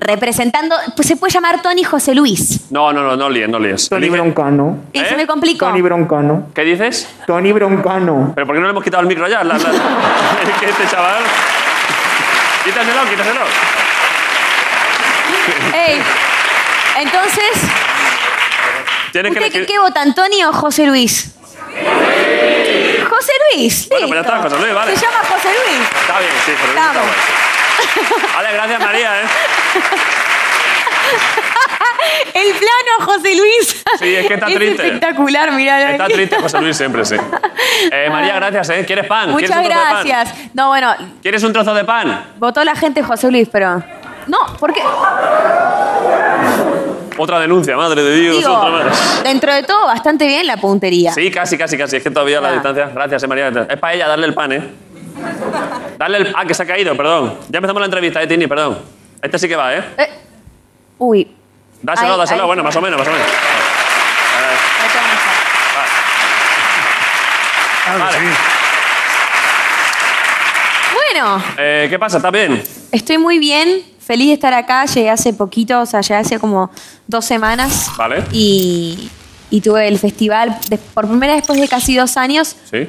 G: representando. Pues se puede llamar Tony José Luis.
B: No, no, no, no líes, no líes.
I: Tony
B: Elige-
I: Broncano.
G: Y
B: ¿Eh?
G: se me complicó.
I: Tony Broncano.
B: ¿Qué dices?
I: Tony Broncano.
B: ¿Pero por qué no le hemos quitado el micro ya? La- la- Es que este chaval... Quítaselo, quítaselo.
G: Ey, Entonces,
B: Tienes que
G: ¿usted qué,
B: elegir...
G: qué vota, Antonio o José Luis? José Luis.
B: Bueno, pues ya
G: listo.
B: está, José Luis, vale.
G: Se llama José Luis.
B: Está bien, sí, pero está
G: Estamos.
B: guay. Vale, gracias, María, ¿eh?
G: El plano José Luis.
B: Sí, es que está
G: Es
B: triste.
G: espectacular, mirá.
B: Está triste José Luis siempre, sí. Eh, María, gracias, ¿eh? ¿Quieres pan? ¿Quieres
G: Ah. Muchas
B: un trozo de pan?
G: gracias. No, bueno,
B: ¿Quieres un trozo de pan?
G: votó la gente José Luis, pero. No, porque.
B: Otra denuncia, madre de Dios,
G: Digo,
B: otra más.
G: dentro de todo, bastante bien la puntería.
B: Sí, casi, casi, casi. Es que todavía la
G: Ah.
B: distancia. Gracias, eh, María. Es para ella darle el pan, ¿eh? Darle el. Ah, que se ha caído, perdón. Ya empezamos la entrevista, ¿eh, Tini? Perdón. Este sí que va, ¿eh?
G: Eh, Uy.
B: Dáselo,
G: Ahí,
B: dáselo.
G: ahí.
B: Bueno, más o menos, más o menos.
G: me tengo que hacer.
C: Claro que
B: Vale.
C: sí.
G: Bueno,
B: Eh, ¿Qué pasa? ¿Estás bien?
G: estoy muy bien, feliz de estar acá. Llegué hace poquito, o sea, llegué hace como dos semanas.
B: Vale.
G: Y, y tuve el festival de- por primera vez después de casi dos años.
B: Sí.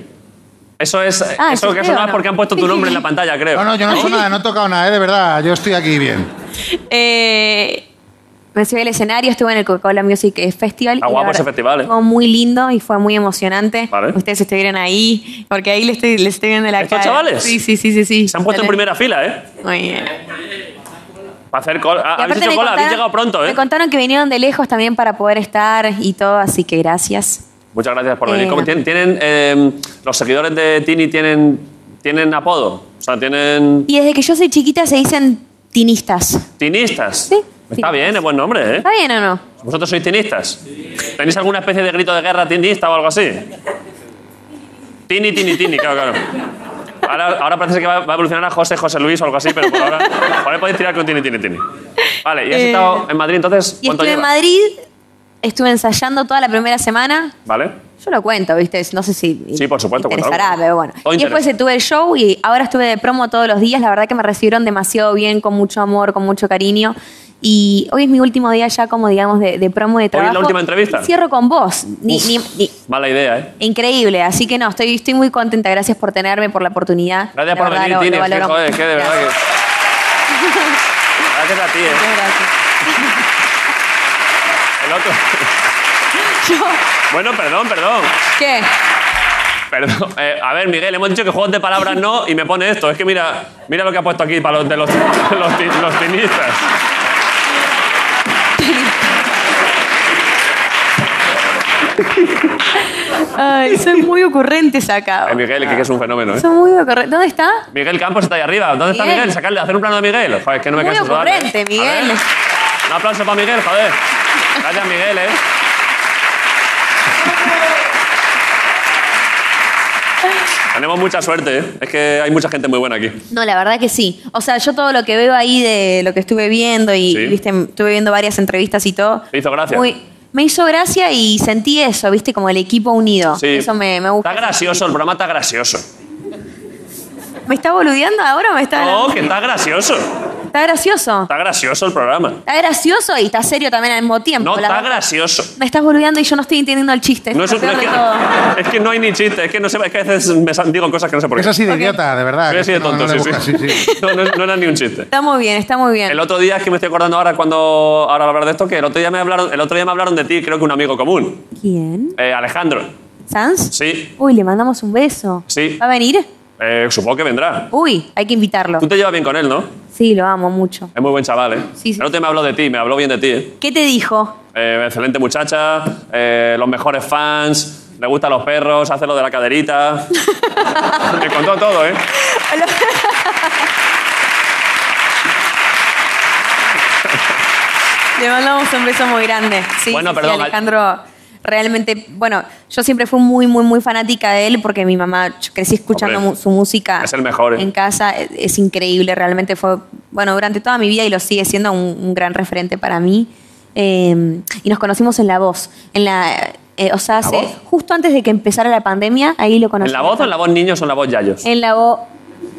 B: Eso es. eso
G: Ah, ¿eso
B: que ha
G: creo,
B: sonado es
G: no?
B: porque han puesto tu nombre en la pantalla, creo.
D: No, no, yo no he hecho nada, no he tocado nada, ¿eh? de verdad. Yo estoy aquí bien.
G: Eh, me subí al escenario, estuve en el Coca-Cola Music eh, Festival. y
B: Ah,
G: la
B: guapo ese
G: verdad,
B: festival, eh.
G: Fue muy lindo y fue muy emocionante.
B: Vale.
G: Ustedes estuvieron ahí, porque ahí les estoy, les estoy viendo la
B: ¿Estos
G: cara.
B: chavales?
G: Sí, sí, sí, sí, sí.
B: Se han puesto en primera fila, ¿eh?
G: Muy bien.
B: Para hacer cola. Ah,
G: Y
B: habéis
G: aparte
B: hecho
G: me
B: cola, habéis
G: contaron-
B: llegado pronto, ¿eh?
G: Me contaron que vinieron de lejos también para poder estar y todo, así que gracias.
B: Muchas gracias por venir.
G: Eh,
B: ¿Cómo tienen, tienen, eh, los seguidores de Tini tienen, tienen apodo? O sea, tienen
G: Y desde que yo soy chiquita se dicen tinistas.
B: tinistas.
G: Sí,
B: Está
G: tinistas.
B: bien, es buen nombre, ¿eh?
G: ¿Está bien o no?
B: ¿Vosotros sois tinistas? ¿Tenéis alguna especie de grito de guerra tinista o algo así? Tini, tini, tini, claro, claro. Ahora, ahora parece que va, va a evolucionar a José, José Luis o algo así, pero por ahora, por ahora podéis tirar con Tini, Tini, Tini. Vale, ¿y has
G: Eh,
B: estado en Madrid entonces?
G: Y
B: ¿Cuánto
G: estuve en
B: llevas?
G: Madrid, estuve ensayando toda la primera semana.
B: ¿Vale?
G: Yo lo cuento, ¿viste? No sé si
B: Sí, por supuesto, cuenta
G: interesará,
B: algo.
G: pero bueno.
B: Todo
G: Y después
B: interesa.
G: tuve el show y ahora estuve de promo todos los días. La verdad que me recibieron demasiado bien, con mucho amor, con mucho cariño. Y hoy es mi último día ya como, digamos, de, de promo de
B: la
G: trabajo.
B: última entrevista?
G: Cierro con vos. Ni-
B: Uf.
G: ni- ni-
B: Mala idea, ¿eh?
G: increíble. Así que no, estoy, estoy muy contenta. Gracias por tenerme, por la oportunidad.
B: Gracias
G: La
B: por
G: verdad,
B: venir,
G: lo- lo
B: Tini. es que,
G: valoro.
B: joder, es que de verdad que...
G: Gracias.
B: Gracias a ti, ¿eh?
G: Muchas gracias.
B: El otro. Bueno, perdón, perdón.
G: ¿Qué?
B: Perdón. Eh, a ver, Miguel, hemos dicho que juegos de palabras no y me pone esto. Es que mira, mira lo que ha puesto aquí para los de los, los, ti- los tinistas.
G: Ay, son muy ocurrentes acá.
B: Eh, Miguel, que, que es un fenómeno, ¿eh?
G: Son muy ocurrentes. ¿Dónde está?
B: Miguel Campos está ahí arriba. ¿Dónde está
G: Miguel.
B: Miguel? Sacarle, hacer un plano de Miguel. Joder, es que no me
G: Muy
B: canso de darle.
G: ocurrente,
B: ¿eh? A ver.
G: Miguel.
B: Un aplauso para Miguel, joder. Gracias, Miguel, ¿eh? Tenemos mucha suerte, ¿eh? Es que hay mucha gente muy buena aquí.
G: No, la verdad que sí. O sea, yo todo lo que veo ahí de lo que estuve viendo y,
B: Sí.
G: viste, estuve viendo varias entrevistas y todo.
B: Te hizo gracia.
G: Muy- me hizo gracia y sentí eso, viste, como el equipo unido.
B: Sí.
G: Eso me, me gusta.
B: Está gracioso, el programa está gracioso.
G: ¿Me está boludeando ahora o me está.?
B: No, que está gracioso.
G: Está gracioso.
B: Está gracioso el programa.
G: Está gracioso y está serio también al mismo tiempo.
B: No,
G: la
B: está
G: verdad.
B: gracioso.
G: Me estás boludeando y yo no estoy entendiendo el chiste.
B: No
G: es
B: es,
G: lo
B: un-
G: peor
B: es
G: de
B: que,
G: todo.
B: es que no hay ni chiste, es que no sé, es que a veces me sal- digo cosas que no sé por qué.
D: Es así de idiota, de verdad.
B: Soy así de
D: No, no
B: tonto,
D: le
B: sí,
D: buscas,
B: sí.
D: sí, sí.
B: No, no, no era ni un chiste.
G: Está muy bien, está muy bien.
B: El otro día es que me estoy acordando ahora cuando ahora al hablar de esto que el otro día me hablaron, el otro día me hablaron de ti, creo que un amigo común,
G: ¿Quién?
B: Eh, Alejandro.
G: ¿Sans?
B: Sí,
G: Uy, le mandamos un beso.
B: Sí.
G: ¿Va a venir?
B: eh, supongo que vendrá.
G: Uy, hay que invitarlo.
B: Tú te llevas bien con él, ¿no?
G: Sí, lo amo mucho.
B: Es muy buen chaval, ¿eh?
G: Sí, sí.
B: El otro día me habló de ti, me habló bien de ti. ¿eh?
G: ¿Qué te dijo?
B: Eh, excelente muchacha, eh, los mejores fans, le gustan los perros, hace lo de la caderita. me contó todo, ¿eh?
G: Le mandamos un beso muy grande. Sí,
B: Bueno,
G: sí, sí,
B: perdón,
G: Alejandro realmente, bueno, yo siempre fui muy, muy, muy fanática de él porque mi mamá, yo crecí escuchando
B: Hombre,
G: mu- su música.
B: es el mejor, eh.
G: En casa es, es increíble, realmente fue, bueno, durante toda mi vida y lo sigue siendo un, un gran referente para mí. Eh, y nos conocimos en La Voz, en la, eh, o sea, hace-
B: Voz?
G: justo antes de que empezara la pandemia, ahí lo conocí.
B: ¿En la voz o en la voz niños o en la voz yayos?
G: En La Voz,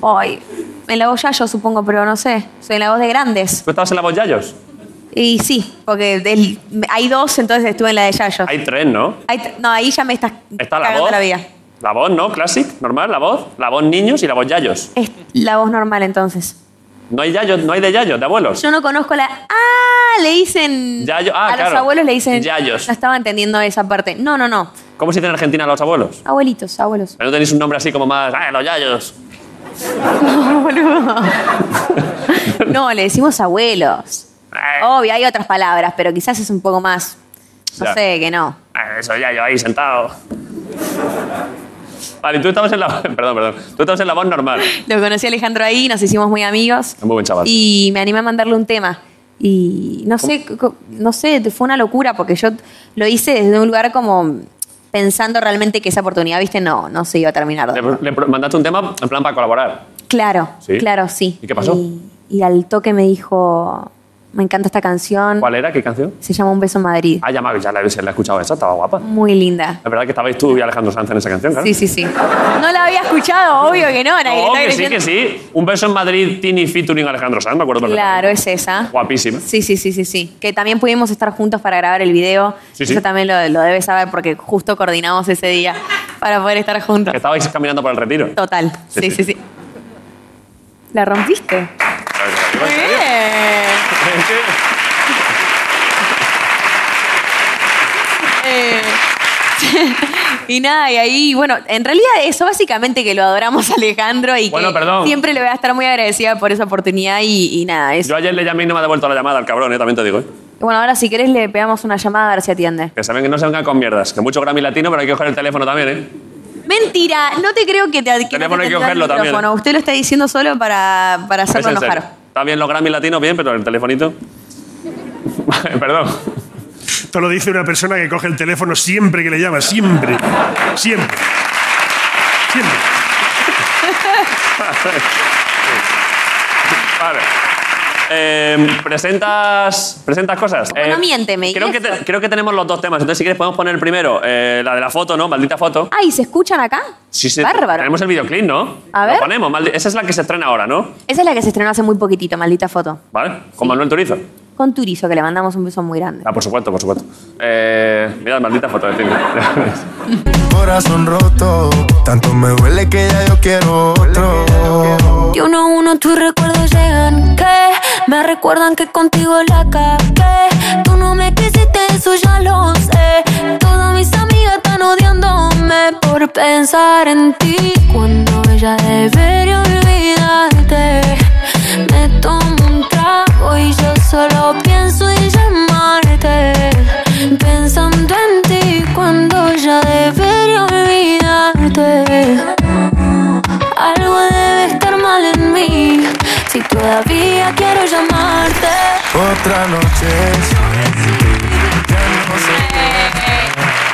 G: ay, en La Voz ya yo supongo, pero no sé, soy en La Voz de Grandes.
B: ¿Tú estabas en la voz yayos?
G: Y sí, porque del- hay dos, entonces estuve en la de Yayo.
B: Hay tres, ¿no?
G: Ahí t- no, ahí ya me estás
B: Está la
G: cagando
B: voz.
G: la vida.
B: La voz, ¿no? Classic, normal, la voz. La voz niños y la voz yayos.
G: Es la voz normal entonces.
B: No hay yayos, no hay de yayos, de abuelos.
G: Yo no conozco la. ¡Ah! Le dicen.
B: Yayo- ah,
G: a
B: claro.
G: los abuelos le dicen.
B: Yayos.
G: No estaba entendiendo esa parte. No, no, no.
B: ¿Cómo se dice en Argentina los abuelos?
G: Abuelitos, abuelos.
B: Pero no tenéis un nombre así como más. ¡Ah, los yayos!
G: No, le decimos abuelos.
B: Eh.
G: Obvio, hay otras palabras, pero quizás es un poco más. No
B: Ya.
G: sé, que no.
B: Ah, esos yayos ahí sentados. Vale, y tú estabas en la. Perdón, perdón. Tú estabas en la voz normal.
G: Lo conocí a Alejandro ahí, nos hicimos muy amigos.
B: Es muy buen chaval.
G: Y me animé a mandarle un tema. Y no sé, co- no sé, fue una locura porque yo lo hice desde un lugar como pensando realmente que esa oportunidad, viste, no, no se iba a terminar.
B: Le, le pro- mandaste un tema en plan para colaborar.
G: Claro,
B: ¿Sí?
G: claro, sí.
B: ¿Y qué pasó?
G: Y, y al toque me dijo, me encanta esta canción,
B: ¿Cuál era? ¿Qué canción?
G: se llama Un beso en Madrid.
B: Ah, ya, me- ya la, se la he escuchado esa, estaba guapa.
G: Muy linda.
B: Es verdad que estabais tú y Alejandro Sanz en esa canción, claro.
G: Sí, sí, sí. No la había escuchado, obvio que no. nadie
B: Oh,
G: está
B: que sí,
G: creyendo.
B: que sí. Un beso en Madrid, Tini featuring Alejandro Sanz, me acuerdo perfectamente.
G: Claro, es esa.
B: Guapísima.
G: Sí, sí, sí, sí, sí. Que también pudimos estar juntos para grabar el video.
B: Sí,
G: Eso
B: sí.
G: también lo, lo debes saber porque justo coordinamos ese día para poder estar juntos.
B: Que estabais caminando por el retiro.
G: Total.
B: Sí,
G: Sí,
B: sí.
G: sí, sí. La rompiste. Muy
B: ¿En serio?
G: bien.
B: Es que-
G: Eh, y nada, y ahí, bueno, en realidad eso básicamente que lo adoramos a Alejandro y
B: Bueno,
G: que
B: perdón.
G: siempre le voy a estar muy agradecida por esa oportunidad y, y nada, eso.
B: Yo ayer le llamé y no me ha devuelto la llamada al cabrón, eh, también te digo. eh.
G: Bueno, ahora si querés le pegamos una llamada a ver si atiende.
B: Que saben que no se vengan con mierdas. Que mucho Grammy latino, pero hay que coger el teléfono también, ¿eh?
G: Mentira, no te creo que te que no te
B: Teléfono hay que
G: atendió el
B: cogerlo también.
G: micrófono. Usted lo está diciendo solo para, para
B: Es
G: hacerlo
B: en serio.
G: enojar.
B: Está bien los Grammy latinos, bien, pero el telefonito. Perdón.
C: Esto lo dice una persona que coge el teléfono siempre que le llama, siempre. Siempre. Siempre.
B: Vale. Eh, ¿presentas, ¿Presentas cosas? Eh,
G: Bueno, miénteme, ¿y
B: Creo que,
G: eso?
B: te- creo que tenemos los dos temas. Entonces, si quieres, podemos poner el primero, eh, la de la foto, ¿no? Maldita foto.
G: Ah, ¿y se escuchan acá?
B: Sí, sí.
G: Bárbaro.
B: Tenemos el videoclip, ¿no?
G: A
B: Lo
G: ver.
B: ponemos. maldi- Esa es la que se estrena ahora, ¿no?
G: Esa es la que se estrenó hace muy poquitito, maldita foto.
B: ¿Vale? Con Manuel Turizo.
G: Con Turizo, que le mandamos un beso muy grande.
B: Ah, por supuesto, por supuesto. Eh, mira, maldita foto. de Tinder.
J: Corazón roto, tanto me duele que ya yo quiero otro.
K: Y uno a uno tus recuerdos llegan Que me recuerdan que contigo la cagué Tú no me quisiste, eso ya lo sé Todas mis amigas están odiándome Por pensar en ti Cuando ella debería olvidarte Me tomo un trago y yo solo pienso en llamarte Pensando en ti Cuando ella debería olvidarte algo debe estar mal en mí Si todavía quiero llamarte
J: Otra noche.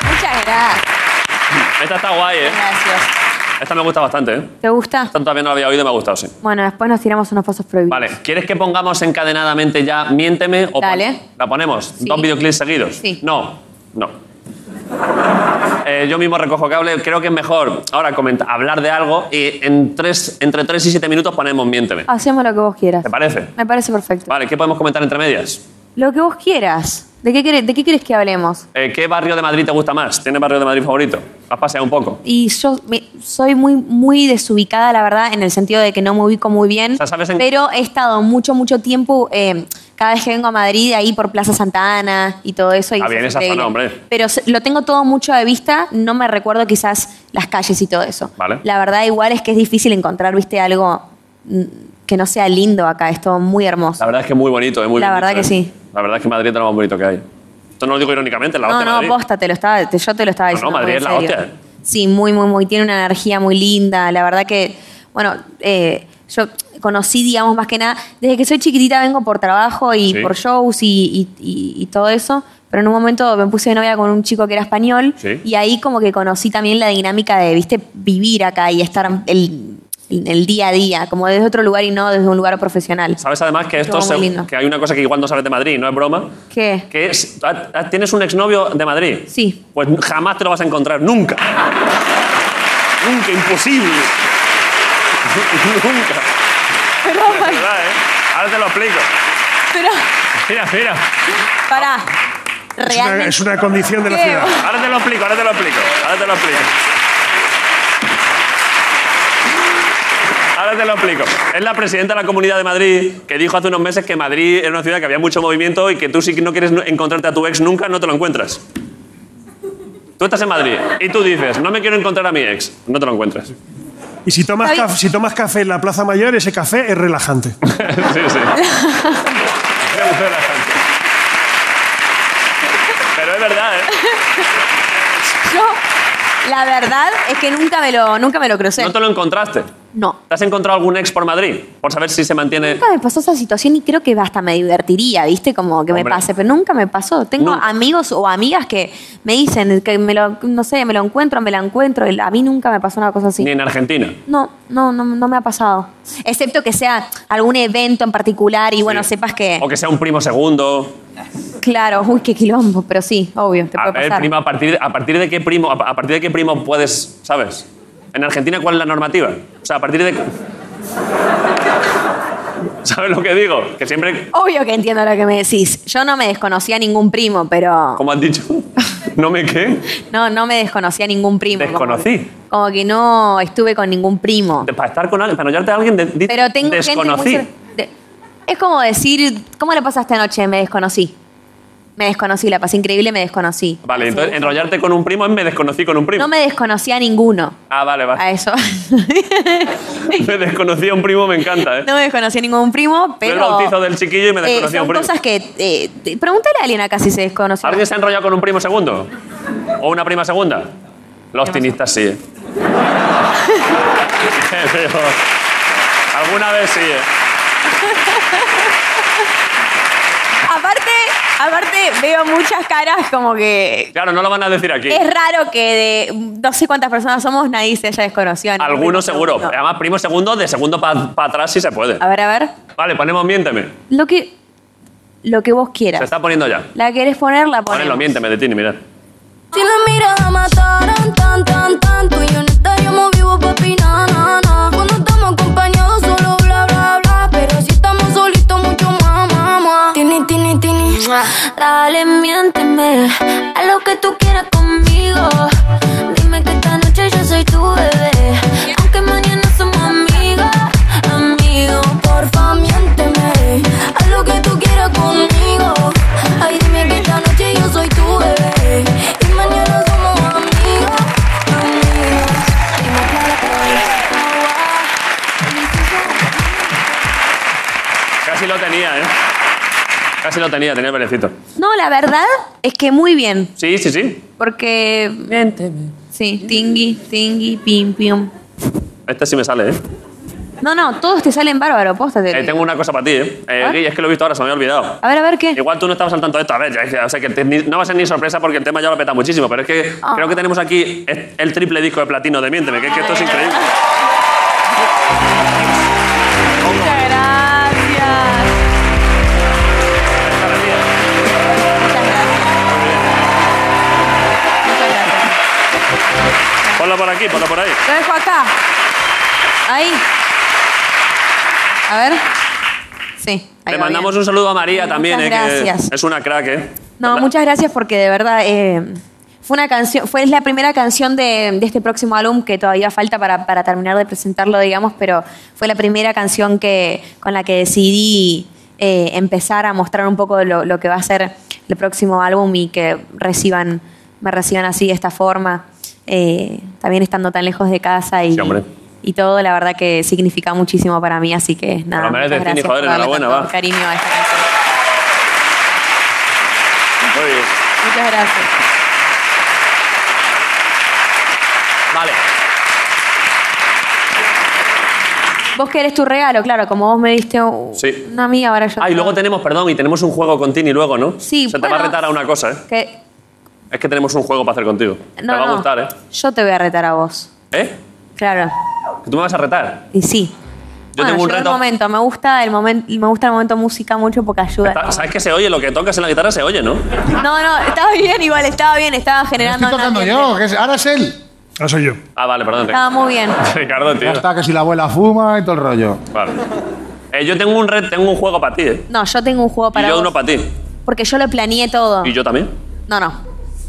G: Muchas gracias.
B: Esta está guay, ¿eh?
G: Gracias.
B: Esta me gusta bastante, ¿eh?
G: ¿Te gusta?
B: Esta todavía no la había oído y me ha gustado, sí.
G: Bueno, después nos tiramos unos pasos prohibidos.
B: Vale, ¿quieres que pongamos encadenadamente ya Miénteme o pon-
G: Dale.
B: la ponemos? ¿Dos videoclips seguidos?
G: Sí.
B: No, no. Eh, yo mismo recojo cable, creo que es mejor ahora comenta- hablar de algo y en tres, entre 3 y 7 minutos ponemos Miénteme.
G: Hacemos lo que vos quieras.
B: ¿Te parece?
G: Me parece perfecto.
B: Vale, ¿qué podemos comentar entre medias?
G: Lo que vos quieras. ¿De qué, querés, ¿De qué querés que hablemos?
B: Eh, ¿Qué barrio de Madrid te gusta más? ¿Tienes barrio de Madrid favorito? Has paseado un poco.
G: Y yo me- soy muy, muy desubicada, la verdad, en el sentido de que no me ubico muy bien.
B: sea, ¿sabes en-
G: Pero he estado mucho, mucho tiempo, eh, cada vez que vengo a Madrid, ahí por Plaza Santa Ana y todo eso. y
B: Ah,
G: eso
B: bien,
G: es
B: esa zona,
G: increíble.
B: hombre.
G: Pero se- lo tengo todo mucho de vista, no me recuerdo quizás las calles y todo eso.
B: Vale.
G: La verdad, igual es que es difícil encontrar, viste, algo mm, que no sea lindo acá, es todo muy hermoso.
B: La verdad es que es muy bonito, es muy
G: La
B: bonito,
G: verdad que
B: eh.
G: sí.
B: La verdad es que Madrid es lo más bonito que hay. Esto no lo digo irónicamente, la
G: No,
B: hostia de
G: no,
B: Madrid.
G: posta, te lo estaba, te- yo te lo
B: No,
G: estaba
B: no,
G: diciendo. muy
B: Madrid
G: en
B: es la
G: serio.
B: hostia.
G: Sí, muy, muy, muy. Tiene una energía muy linda. La verdad que, bueno, eh, yo conocí, digamos, más que nada, desde que soy chiquitita vengo por trabajo y
B: Sí.
G: por shows y, y- y- y todo eso. Pero en un momento me puse de novia con un chico que era español
B: Sí.
G: y ahí como que conocí también la dinámica de, viste, vivir acá y estar el, el- el día a día, como desde otro lugar y no desde un lugar profesional.
B: Sabes además que esto
G: Todo muy
B: se-
G: lindo.
B: que hay una cosa que igual no sabes de Madrid, no es broma.
G: ¿Qué?
B: Que es- ah, ah, tienes un exnovio de Madrid.
G: Sí.
B: Pues jamás te lo vas a encontrar, nunca. nunca, imposible. nunca.
G: Pero,
B: De verdad, ¿eh? Ahora te lo explico.
G: pero,
B: Mira, mira.
G: pará.
C: Es una,
G: Realmente.
C: es una condición de la
G: Qué
C: ciudad.
B: Ahora te lo explico, ahora te lo explico. Ahora te lo explico. Ahora te lo explico. Es la presidenta de la Comunidad de Madrid que dijo hace unos meses que Madrid era una ciudad que había mucho movimiento y que tú si no quieres no- encontrarte a tu ex nunca, no te lo encuentras. Tú estás en Madrid y tú dices, no me quiero encontrar a mi ex, no te lo encuentras.
C: Y si tomas,
G: Está bien.
C: caf- si tomas café en la Plaza Mayor, ese café es relajante.
B: sí, sí. Pero es verdad, ¿eh?
G: Yo, la verdad es que nunca me lo, nunca me lo crucé.
B: No te lo encontraste.
G: No.
B: ¿Te has encontrado algún ex por Madrid? Por saber si se mantiene...
G: Nunca me pasó esa situación y creo que hasta me divertiría, ¿viste? Como que
B: Hombre.
G: me pase, pero nunca me pasó. Tengo
B: Nunca.
G: amigos o amigas que me dicen que me lo, no sé, me lo encuentro, me lo encuentro. y A mí nunca me pasó una cosa así.
B: Ni en Argentina.
G: No, no, no, no me ha pasado. Excepto que sea algún evento en particular y bueno,
B: Sí.
G: sepas que.
B: O que sea un primo segundo.
G: Claro, uy, qué quilombo, pero sí, obvio, te
B: A
G: puede
B: ver,
G: pasar.
B: primo, a partir, a partir de qué primo, a, a partir de qué primo puedes, ¿sabes? En Argentina, ¿cuál es la normativa? O sea, a partir de. ¿Sabes lo que digo? Que siempre,
G: Obvio que entiendo lo que me decís. Yo no me desconocía a ningún primo, pero.
B: como has dicho, no me qué.
G: No, no me desconocía ningún primo. como
B: Desconocí.
G: que- Como, que no estuve con ningún primo.
B: De- Para estar con alguien, para hallarte a alguien, de- di-
G: Pero tengo
B: desconocí.
G: gente muy cer- de- Es como decir, ¿cómo la pasaste anoche? Me desconocí. Me desconocí, la pasé increíble, me desconocí.
B: Vale, entonces enrollarte con un primo es me desconocí con un primo.
G: No me desconocía a ninguno.
B: Ah, vale,
G: A
B: vale.
G: eso.
B: Me desconocí a un primo, me encanta, ¿eh?
G: no me desconocía a ningún primo,
B: Fue
G: pero.
B: el bautizo del chiquillo y me
G: eh,
B: desconocí a un
G: son
B: primo.
G: cosas que. eh, te- pregúntale a alguien acá si se desconoció.
B: ¿Alguien se ha enrollado con un primo segundo? ¿O una prima segunda? Los tinistas sí. ¿eh? Pero Alguna vez sí. ¿eh?
G: Aparte, Aparte, veo muchas caras como que.
B: Claro, no lo van a decir aquí.
G: Es raro que de no sé cuántas personas somos, nadie se haya desconocido. a ningún
B: Algunos
G: primo
B: seguro.
G: segundo.
B: Además, primo segundo, de segundo para atrás sí se puede.
G: A ver, a ver.
B: Vale, ponemos miénteme.
G: Lo que. Lo que vos
B: Se
G: quieras.
B: está poniendo ya.
G: La querés poner, la pones.
B: Ponelo, miénteme de Tini, mirad.
K: Si me miras mataron tan tan tanto y yo no estaríamos vivos papi na na na. Cuando estamos acompañados solo bla bla bla, pero si estamos solitos mucho más más más. Tini tini tini, dale miénteme a lo que tú quieras conmigo. Dime que esta noche yo soy tu bebé, aunque mañana somos amigas, amigo. Porfa miénteme a lo que tú quieras conmigo. Ay dime que esta noche yo soy tu bebé y mañana somos amigos, amigos. Dime
B: Casi lo tenía, ¿eh? Casi lo tenía, tenía el perecito.
G: No, la verdad es que muy bien.
B: Sí, sí, sí.
G: Porque. Sí, tingui, tingui, pim, pim.
B: Este sí me sale, ¿eh?
G: No, no, todos te salen bárbaro, póstate.
B: Eh, tengo una cosa para ti, ¿eh? eh
G: A ver.
B: Gui, es que lo he visto ahora, se me había olvidado.
G: A ver, a ver qué.
B: Igual tú no estabas al tanto de esto. A ver, ya, ya, o sea, que te- ni- no va a ser ni sorpresa porque el tema ya lo peta muchísimo, pero es que
G: Ah.
B: creo que tenemos aquí es- el triple disco de platino de Miénteme, que, es que esto es increíble.
G: Muchas gracias.
B: Ponlo por aquí, ponlo por ahí.
G: Lo dejo acá. Ahí. A ver. Sí. ahí
B: Le
G: va
B: mandamos um
G: bien.
B: un saludo a María también, ¿eh?
G: Muchas gracias.
B: Que es una crack, ¿eh?
G: No, muchas gracias porque de verdad eh, fue una canción, fue la primera canción de, de este próximo álbum que todavía falta para, para terminar de presentarlo, digamos, pero fue la primera canción que con la que decidí eh, empezar a mostrar un poco lo, lo que va a ser el próximo álbum y que reciban, me reciban así de esta forma, eh, también estando tan lejos de casa y,
B: Sí, hombre.
G: y todo, la verdad que significa muchísimo para mí, así que nada.
B: lo mereces,
G: muchas
B: Tini,
G: gracias
B: joder,
G: por darle
B: enhorabuena,
G: tanto
B: va.
G: cariño a esta canción.
B: Muy bien.
G: Muchas gracias.
B: Vale.
G: Vos querés tu regalo, claro, como vos me diste u-
B: Sí.
G: una amiga, ahora yo.
B: Ah, y luego tenemos, perdón, y tenemos un juego con Tini luego, ¿no?
G: Sí,
B: Se te va
G: bueno.
B: a retar a una cosa, ¿eh?
G: Que-
B: Es que tenemos un juego para hacer contigo.
G: no,
B: te va
G: no,
B: a gustar, ¿eh?
G: Yo te voy a retar a vos.
B: ¿Eh?
G: Claro.
B: ¿Que tú me vas a retar?
G: Y sí.
B: Yo
G: Bueno,
B: tengo un
G: llegó
B: reto.
G: el momento. Me gusta el momento, me gusta el momento música mucho porque ayuda.
B: Está- ¿Sabes que se oye? Lo que tocas en la guitarra se oye, ¿no?
G: No, no, estaba bien igual, estaba bien, estaba generando.
D: Estoy tocando
G: un
D: yo,
G: ambiente.
D: que es- ahora es él.
C: Ah, soy yo.
B: Ah, vale, perdón.
G: Estaba muy bien.
B: Ricardo,
D: Ya
B: tío.
D: está, que si la abuela fuma y todo el rollo.
B: Vale. Eh, yo tengo un, red, tengo un juego para ti, ¿eh?
G: No, yo tengo un juego para
B: y yo
G: vos. Ah.
B: uno para ti.
G: Porque yo lo planeé todo.
B: Y yo también.
G: No, no.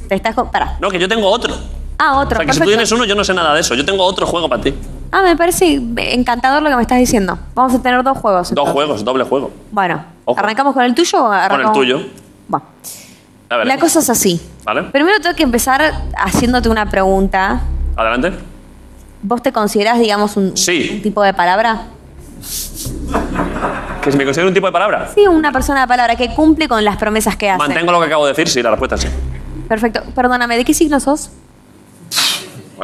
G: Te estás. co- Pará.
B: No, que yo tengo otro. O
G: Ah, otro.
B: sea, que si tú
G: perfecto.
B: tienes uno, yo no sé nada de eso. Yo tengo otro juego para ti.
G: Ah, me parece encantador lo que me estás diciendo. Vamos a tener dos juegos.
B: Dos
G: entonces.
B: juegos, doble juego.
G: Bueno,
B: Ojo.
G: ¿arrancamos con el tuyo o
B: Con el
G: arrancamos?
B: tuyo.
G: Bueno,
B: A ver. eh.
G: la cosa es así.
B: Vale.
G: Primero tengo que empezar haciéndote una pregunta.
B: Adelante.
G: ¿Vos te considerás, digamos, un,
B: Sí.
G: un tipo de palabra?
B: ¿Que si me considero un tipo de palabra?
G: Sí, una persona de palabra que cumple con las promesas que hace.
B: Mantengo lo que acabo de decir, sí, la respuesta es sí.
G: Perfecto. Perdóname, ¿de qué signo sos?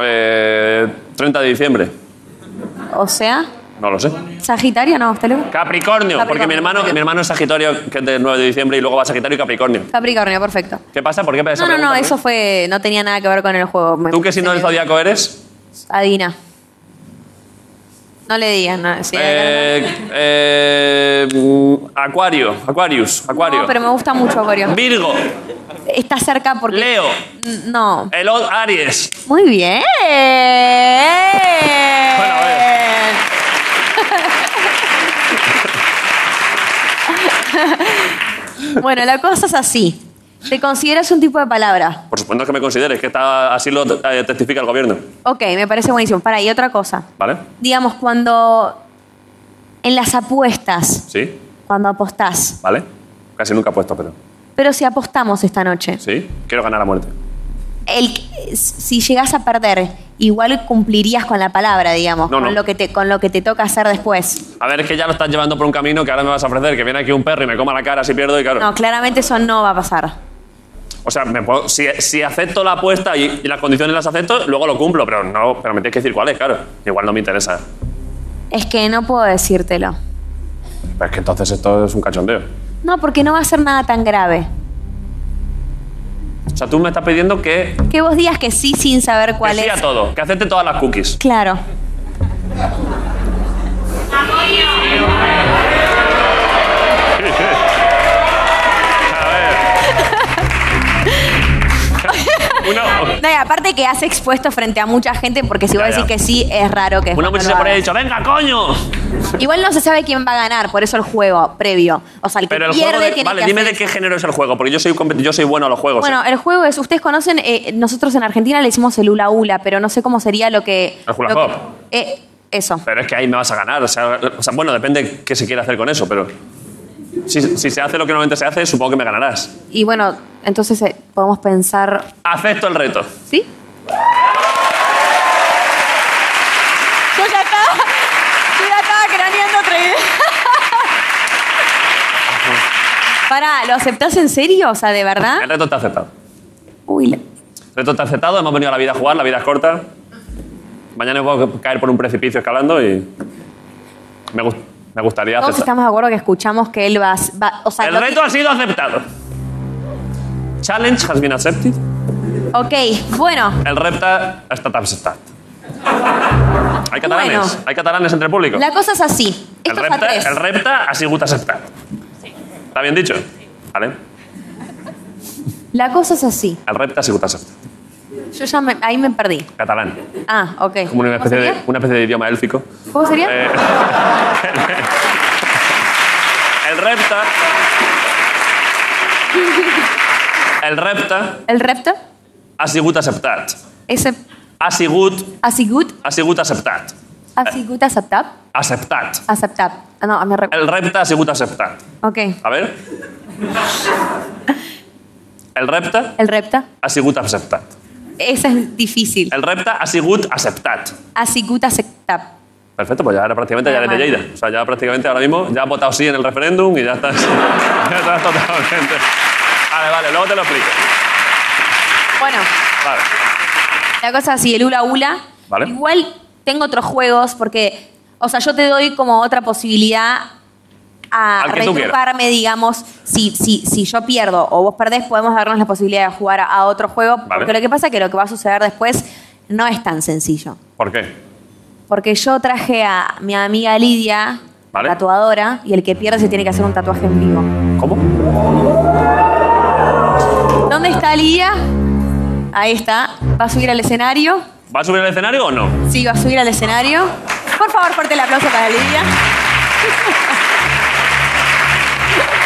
B: Eh, 30 de diciembre.
G: O sea,
B: No lo sé.
G: Sagitario, no, hasta luego.
B: Capricornio, porque mi hermano, mi hermano es Sagitario, que es del 9 de diciembre, y luego va Sagitario y Capricornio.
G: Capricornio, perfecto.
B: ¿Qué pasa? ¿Por qué esa
G: No, no, no,
B: pregunta,
G: eso fue. No tenía nada que ver con el juego. Me-
B: ¿eh? ¿Tú qué signo del zodiaco eres?
G: Adina. No le digas nada. sí,
B: Eh, eh, mm, acuario, Aquarius, Acuario.
G: No, pero me gusta mucho, Acuario.
B: Virgo,
G: Está cerca porque.
B: Leo,
G: N- No.
B: el o- Aries.
G: Muy bien.
B: Bueno, a
G: Bueno, la cosa es así. ¿Te consideras un tipo de palabra?
B: Por supuesto que me consideres, que está, así lo eh, testifica el gobierno.
G: Ok, me parece buenísimo. Para, y otra cosa.
B: ¿Vale?
G: Digamos, cuando. En las apuestas,
B: Sí,
G: cuando apostás.
B: ¿vale? Casi nunca apuesto, pero.
G: Pero si apostamos esta noche,
B: Sí, quiero ganar a muerte.
G: el, si llegas a perder, igual cumplirías con la palabra, digamos,
B: No, no.
G: Con, lo que te, con lo que te toca hacer después.
B: A ver, es que ya lo estás llevando por un camino que ahora me vas a ofrecer, que viene aquí un perro y me coma la cara si pierdo y claro.
G: No, claramente eso no va a pasar.
B: O sea, me puedo- si, si acepto la apuesta y, y las condiciones las acepto, luego lo cumplo, pero no, pero me tienes que decir cuál es, claro. Igual no me interesa.
G: Es que no puedo decírtelo.
B: Pero es que entonces esto es un cachondeo.
G: No, porque no va a ser nada tan grave.
B: O sea, tú me estás pidiendo que, que
G: Que vos digas que sí sin saber cuál
B: sí
G: es.
B: a todo, que acepte todas las cookies.
G: Claro.
B: Una,
G: No, y aparte que has expuesto frente a mucha gente, porque si
B: Ya,
G: vos
B: ya.
G: decís que sí, es raro que.
B: una
G: Juan no
B: muchacha
G: lo
B: por ahí ha
G: haga.
B: dicho, venga, coño.
G: Igual no se sabe quién va a ganar, por eso el juego previo. O sea, el que
B: Pero el
G: pierde
B: juego... de-
G: tiene
B: vale,
G: que
B: dime
G: hacer-
B: de qué género es el juego, porque yo soy, compet- yo soy bueno a los juegos.
G: Bueno, el juego es, ustedes conocen, eh, nosotros en Argentina le hicimos el hula hula, pero no sé cómo sería lo que...
B: El hula
G: lo
B: hoop.
G: que- eh, eso.
B: Pero es que ahí me vas a ganar. O sea, o sea, bueno, depende qué se quiere hacer con eso, pero... Si, si se hace lo que normalmente se hace, supongo que me ganarás.
G: Y bueno, entonces eh, podemos pensar...
B: Acepto el reto.
G: ¿Sí? Yo ya estaba... Yo ya estaba craneando otra idea. Pará, ¿lo aceptás en serio? O sea, ¿de verdad?
B: El reto está aceptado.
G: Uy, la-
B: El reto está aceptado, hemos venido a la vida a jugar, la vida es corta. Mañana puedo caer por un precipicio escalando y... Me, gust- me gustaría
G: todos
B: aceptar.
G: estamos de acuerdo que escuchamos que él va... va- o sea,
B: El
G: lo que-
B: reto ha sido aceptado. Challenge has been accepted.
G: Ok, bueno.
B: El repta ha estat acceptat. Hay catalanes,
G: Bueno.
B: hay catalanes entre el público.
G: La cosa es así.
B: el,
G: Esto es a
B: repta,
G: tres.
B: el repta ha sigut acceptat. ¿Está bien dicho? Vale.
G: La cosa es así.
B: El repta ha sigut acceptat.
G: Yo ya me- ahí me perdí.
B: Catalán.
G: Ah, ok.
B: Como una
G: ¿Cómo
B: especie, de,
G: sería?
B: una especie de idioma élfico.
G: ¿Cómo sería?
B: Eh, el repta... El repta
G: El repto.
B: ha sigut acceptat.
G: Ese
B: Ha sigut,
G: así good,
B: ha sigut acceptat.
G: así good, aceptab.
B: Acceptat.
G: Aceptab. Ah, no, me recuerdo.
B: El repte ha sigut acceptat.
G: Ok.
B: A veure... El repte
G: El repta.
B: ha sigut acceptat.
G: Ese es difícil.
B: El repte ha sigut acceptat.
G: Así good, aceptab.
B: Perfecto, pues ya ahora prácticamente ya eres de Lleida. O sea, ya prácticamente ahora mismo ya has votado sí en el referéndum y ya estás, ya estás totalmente... Vale, vale, luego te lo explico.
G: Bueno,
B: Vale,
G: la cosa es así, el hula hula.
B: Vale.
G: Igual tengo otros juegos porque, o sea, yo te doy como otra posibilidad a
B: Al que tú quieras.
G: regruparme, digamos, si, si, si yo pierdo o vos perdés, podemos darnos la posibilidad de jugar a, a otro juego, porque lo que pasa es que lo que va a suceder después no es tan sencillo.
B: ¿por qué?
G: Porque yo traje a mi amiga Lidia,
B: Vale.
G: tatuadora, y el que pierde se tiene que hacer un tatuaje en vivo.
B: ¿Cómo?
G: ¿Dónde está Lidia? Ahí está. ¿Va a subir al escenario?
B: ¿Va a subir al escenario o no?
G: Sí, va a subir al escenario. Por favor, fuerte el aplauso para Lidia.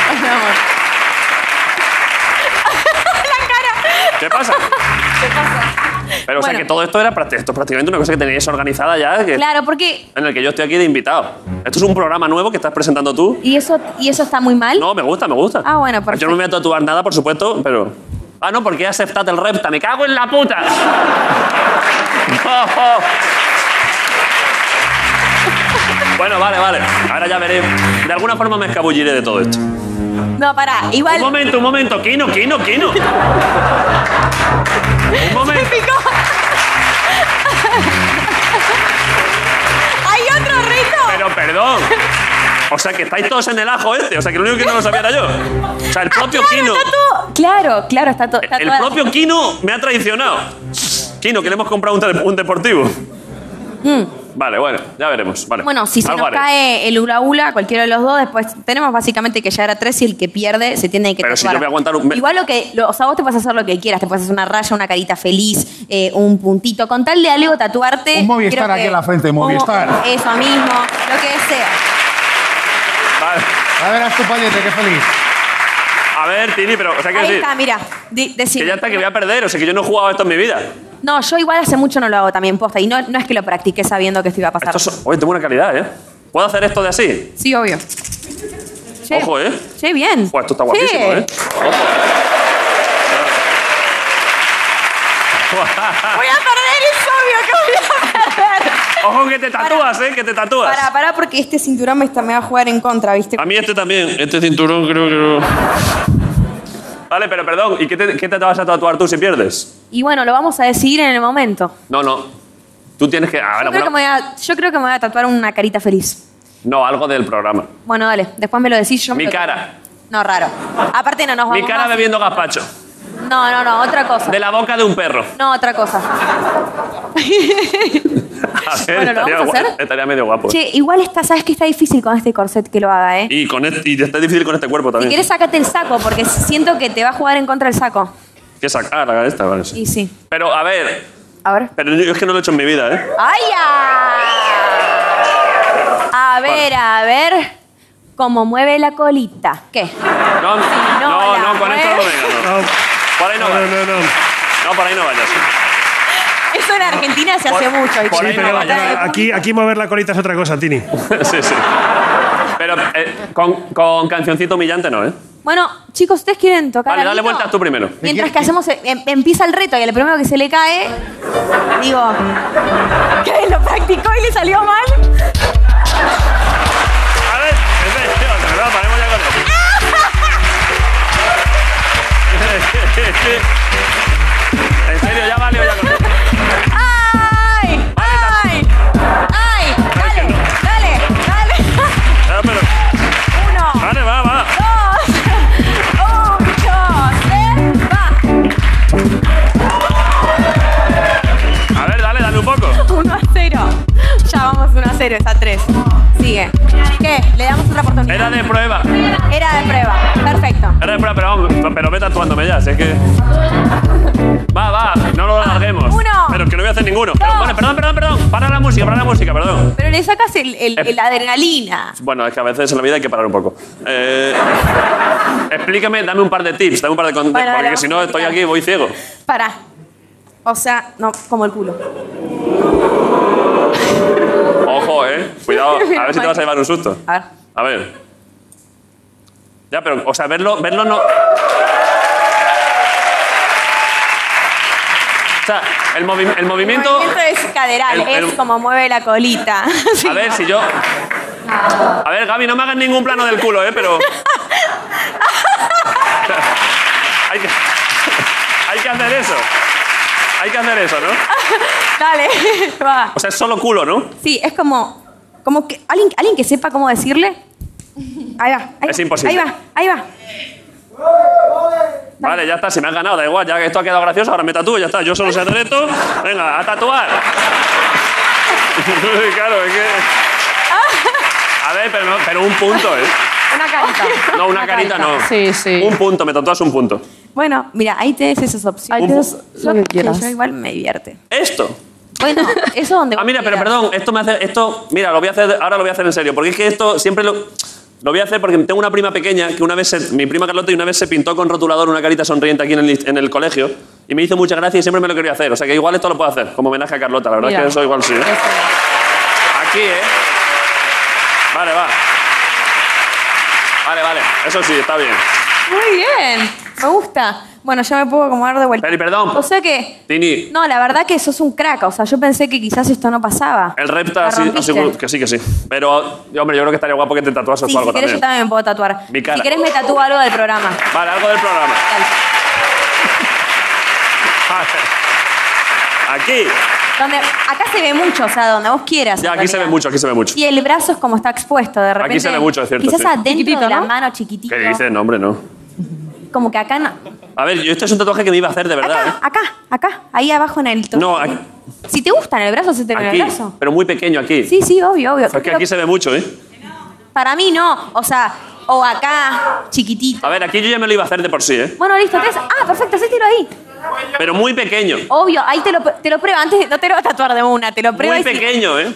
G: Ay, mi amor.
B: ¿Qué pasa? Pero o sea
G: Bueno.
B: que todo esto era prácti- esto es prácticamente una cosa que teníais organizada ya, que,
G: Claro, porque...
B: en el que yo estoy aquí de invitado. Esto es un programa nuevo que estás presentando tú.
G: ¿Y eso, ¿Y eso está muy mal?
B: No, me gusta, me gusta.
G: Ah, bueno,
B: Yo no
G: perfecto.
B: me voy a tatuar nada, por supuesto, pero. Ah, no, porque he aceptado el repta. ¡Me cago en la puta! No. Bueno, vale, vale. Ahora ya veré. De alguna forma me escabulliré de todo esto.
G: No, pará.
B: Un
G: Igual...
B: momento, un momento. Kino, Kino, Kino. Un momento.
G: ¡Hay otro reto!
B: Pero perdón. O sea, que estáis todos en el ajo este. O sea, que lo único que no lo sabía era yo. O sea, el propio Kino.
G: Está todo- Claro, claro, está todo...
B: El propio Kino me ha traicionado. Kino, que le hemos comprado un, tele- un deportivo. Vale, bueno, ya veremos. Vale.
G: Hmm. Bueno, si se
B: Algo
G: nos
B: haré.
G: cae el hula hula, cualquiera de los dos, después tenemos básicamente que llegar a tres y el que pierde se tiene que
B: Pero si
G: tatuar.
B: yo voy a aguantar un-
G: Igual lo que... lo- o sea, vos te puedes hacer lo que quieras. Te puedes hacer una raya, una carita feliz, eh, un puntito. Con tal de algo tatuarte...
D: Un Movistar
G: creo que-
D: aquí en la frente, Movistar.
G: Como- Eso mismo, lo que sea.
B: Vale.
D: A ver, haz tu pañete, qué feliz.
B: A ver, Tini, pero. O sea, que
G: Ahí
B: decir.
G: está, mira. Di- decime.
B: Que ya está, que voy a perder. O sea, que yo no he jugado esto en mi vida.
G: No, yo igual hace mucho no lo hago también, posta. Y no, no es que lo practiqué sabiendo que esto iba a pasar.
B: Esto es- Oye, tengo una calidad, ¿eh? ¿Puedo hacer esto de así?
G: Sí, obvio. Che,
B: Ojo, ¿eh?
G: che, bien.
B: Pues esto está guapísimo,
G: Che.
B: ¿eh? Ojo.
G: Voy a perder, es obvio que voy a perder.
B: Ojo que te tatúas, ¿eh? Que te tatúas.
G: Pará, pará, porque este cinturón me, está, me va a jugar en contra, ¿viste?
B: A mí este también. Este cinturón creo que no. Vale, pero perdón. ¿Y qué te, qué te vas a tatuar tú si pierdes?
G: Y bueno, lo vamos a decidir en el momento.
B: No, no. Tú tienes que. ah,
G: Yo
B: bueno,
G: creo, que
B: bueno,
G: me voy a, yo creo que me voy a tatuar una carita feliz.
B: No, algo del programa.
G: Bueno, dale, después me lo decís yo. me
B: Mi
G: lo-
B: cara.
G: No, raro. Aparte no nos vamos
B: Mi cara
G: más.
B: bebiendo gazpacho.
G: No, no, no, otra cosa.
B: De la boca de un perro.
G: No, otra cosa.
B: A ver,
G: Bueno, ¿lo
B: estaría,
G: vamos a
B: gua-
G: hacer?
B: estaría medio guapo.
G: Che, igual está, sabes que está difícil con este corset que lo haga, ¿eh?
B: Y, con este- y está difícil con este cuerpo
G: Si
B: también.
G: quieres, sácate el saco, porque siento que te va a jugar en contra el saco.
B: ¿Qué saca? Ah, la esta, vale. sí.
G: Y sí.
B: Pero, a ver.
G: A ver.
B: Pero yo es que no lo he hecho en mi vida, ¿eh?
G: ¡Ay, ya! A ver, a ver. Cómo mueve la colita. ¿Qué?
B: No, no,
G: la
B: no, con esto no
G: mueve.
B: venga. No. Por ahí no, vayas. No, por ahí no vayas.
G: Eso en Argentina se hace mucho.
B: por ahí
G: chico.
B: no
G: Está de
B: vayas.
C: Aquí, aquí mover la colita es otra cosa, Tini.
B: sí, sí. Pero eh, con, con cancioncito humillante no, ¿eh?
G: Bueno, chicos, ¿ustedes quieren tocar
B: Vale, dale
G: algo?
B: vueltas tú primero.
G: Mientras que hacemos, em- empieza el reto y el primero que se le cae, digo, ¿qué? ¿Lo practicó y le salió mal?
B: A ver, en serio, de verdad, paremos ya con esto. En serio, ya vale, ya con esto.
G: ¡Ay! ¡Ay! ¡Ay! ¡Dale! ¡Dale! ¡Dale!
B: Ah, pero,
G: ¡Uno!
B: vale, va, va.
G: ¡Dos! ¡Un, dos, tres! ¡Va!
B: A ver, dale, dale un poco.
G: ¡Uno a cero! Ya vamos uno a cero, está tres. Sigue. ¿Qué? Le damos otra oportunidad.
B: Era de prueba.
G: Era de prueba. Perfecto.
B: Era de prueba, pero, vamos, pero vete actuándome ya, si es que... Va, va, no lo alarguemos.
G: Uno.
B: Pero que no voy a hacer ninguno. Pero, bueno, perdón, perdón, perdón. Para la música, para la música, perdón.
G: Pero le sacas el, el- el adrenalina.
B: Bueno, es que a veces en la vida hay que parar un poco. Eh, explícame, dame un par de tips, dame un par de... con-
G: Bueno, vale,
B: porque
G: vamos
B: si
G: a
B: no estoy
G: explicar.
B: aquí, voy ciego.
G: Para. O sea, no, como el culo.
B: Ojo, eh. Cuidado, a ver si te vas a llevar un susto.
G: A ver.
B: A ver. Ya, pero, o sea, verlo, verlo no. O sea, el, movi- el movimiento.
G: El movimiento es caderal,
B: el-
G: es
B: el-
G: como mueve la colita. Sí.
B: A ver si yo. A ver, Gaby, no me hagas ningún plano del culo, eh, pero. hay, que... hay que hacer eso. Hay que hacer eso, ¿no?
G: Dale, va.
B: O sea, es solo culo, ¿no?
G: Sí, es como, como que alguien, alguien que sepa cómo decirle. Ahí va. Ahí
B: Es
G: va,
B: imposible.
G: Ahí va, ahí va.
B: Vale, ya está, si me has ganado, da igual, ya que esto ha quedado gracioso, ahora me tatúo, ya está, yo solo sé el reto, venga, a tatuar. claro, es que... A ver, pero, no- pero un punto, ¿eh?
G: Una carita.
B: No, una, carita, no.
L: Sí, sí.
B: Un punto, me tatúas un punto.
G: Bueno, mira, ahí tienes esas opciones.
B: Ahí tienes
L: lo que quieras.
G: Yo igual me divierte.
B: Esto.
G: Bueno, eso donde
B: Ah, mira, pero perdón, esto me hace... Esto, mira, lo voy a hacer, ahora lo voy a hacer en serio, porque es que esto siempre lo... Lo voy a hacer porque tengo una prima pequeña que una vez, se- mi prima Carlota, y una vez se pintó con rotulador una carita sonriente aquí en el, en el colegio y me hizo mucha gracia y siempre me lo quería hacer. O sea que igual esto lo puedo hacer como homenaje a Carlota, la verdad es
L: Mira.
B: que eso igual sí. ¿eh? Aquí, ¿eh? Vale, va. Vale, vale. Eso sí, está bien.
G: Muy bien, me gusta. Bueno, ya me puedo acomodar de vuelta.
B: Pero, y perdón.
G: O sea que,
B: Tini,
G: no, la verdad que sos un crack. O sea, yo pensé que quizás esto no pasaba.
B: el repta
G: La
B: así, así
G: rompiste.
B: que sí, que sí. Pero, yo, hombre, yo creo que estaría guapo que te tatuases o
G: Sí, si
B: algo
G: querés yo
B: también.
G: también me puedo tatuar.
B: Mi cara.
G: Si querés me tatúo algo del programa.
B: Vale, algo del programa. Vale. Aquí.
G: Donde, acá se ve mucho, o sea, donde vos quieras.
B: Ya,
G: en
B: aquí se ve
G: realidad.
B: mucho, aquí se ve mucho.
G: Y el brazo es como está expuesto, de repente.
B: se ve mucho, es cierto,
G: Quizás
B: sí.
G: adentro
L: Chiquitito,
G: de la
L: ¿no?
G: mano chiquitito.
B: ¿Qué dices? No, hombre, no.
G: Como que acá, no-
B: A ver, yo este es un tatuaje que me iba a hacer de verdad,
G: acá, acá, acá, ahí abajo en el...
B: ¿eh?
G: to-
B: No, aquí.
G: Si te gusta en el brazo, se te ve en el
B: aquí,
G: brazo.
B: pero muy pequeño aquí.
G: Sí, sí, obvio, obvio.
B: Es que
G: Pero
B: aquí se ve mucho, ¿eh?
G: Para mí no, o sea, o acá, chiquitito.
B: A ver, aquí yo ya me lo iba a hacer de por sí, ¿eh?
G: Bueno, listo, tres. Ah, perfecto, ese tiro ahí.
B: Pero muy pequeño.
G: Obvio, ahí te lo, te lo prueba. Antes no te lo vas a tatuar de una, te lo prueba.
B: Muy
G: y si-
B: pequeño, ¿eh?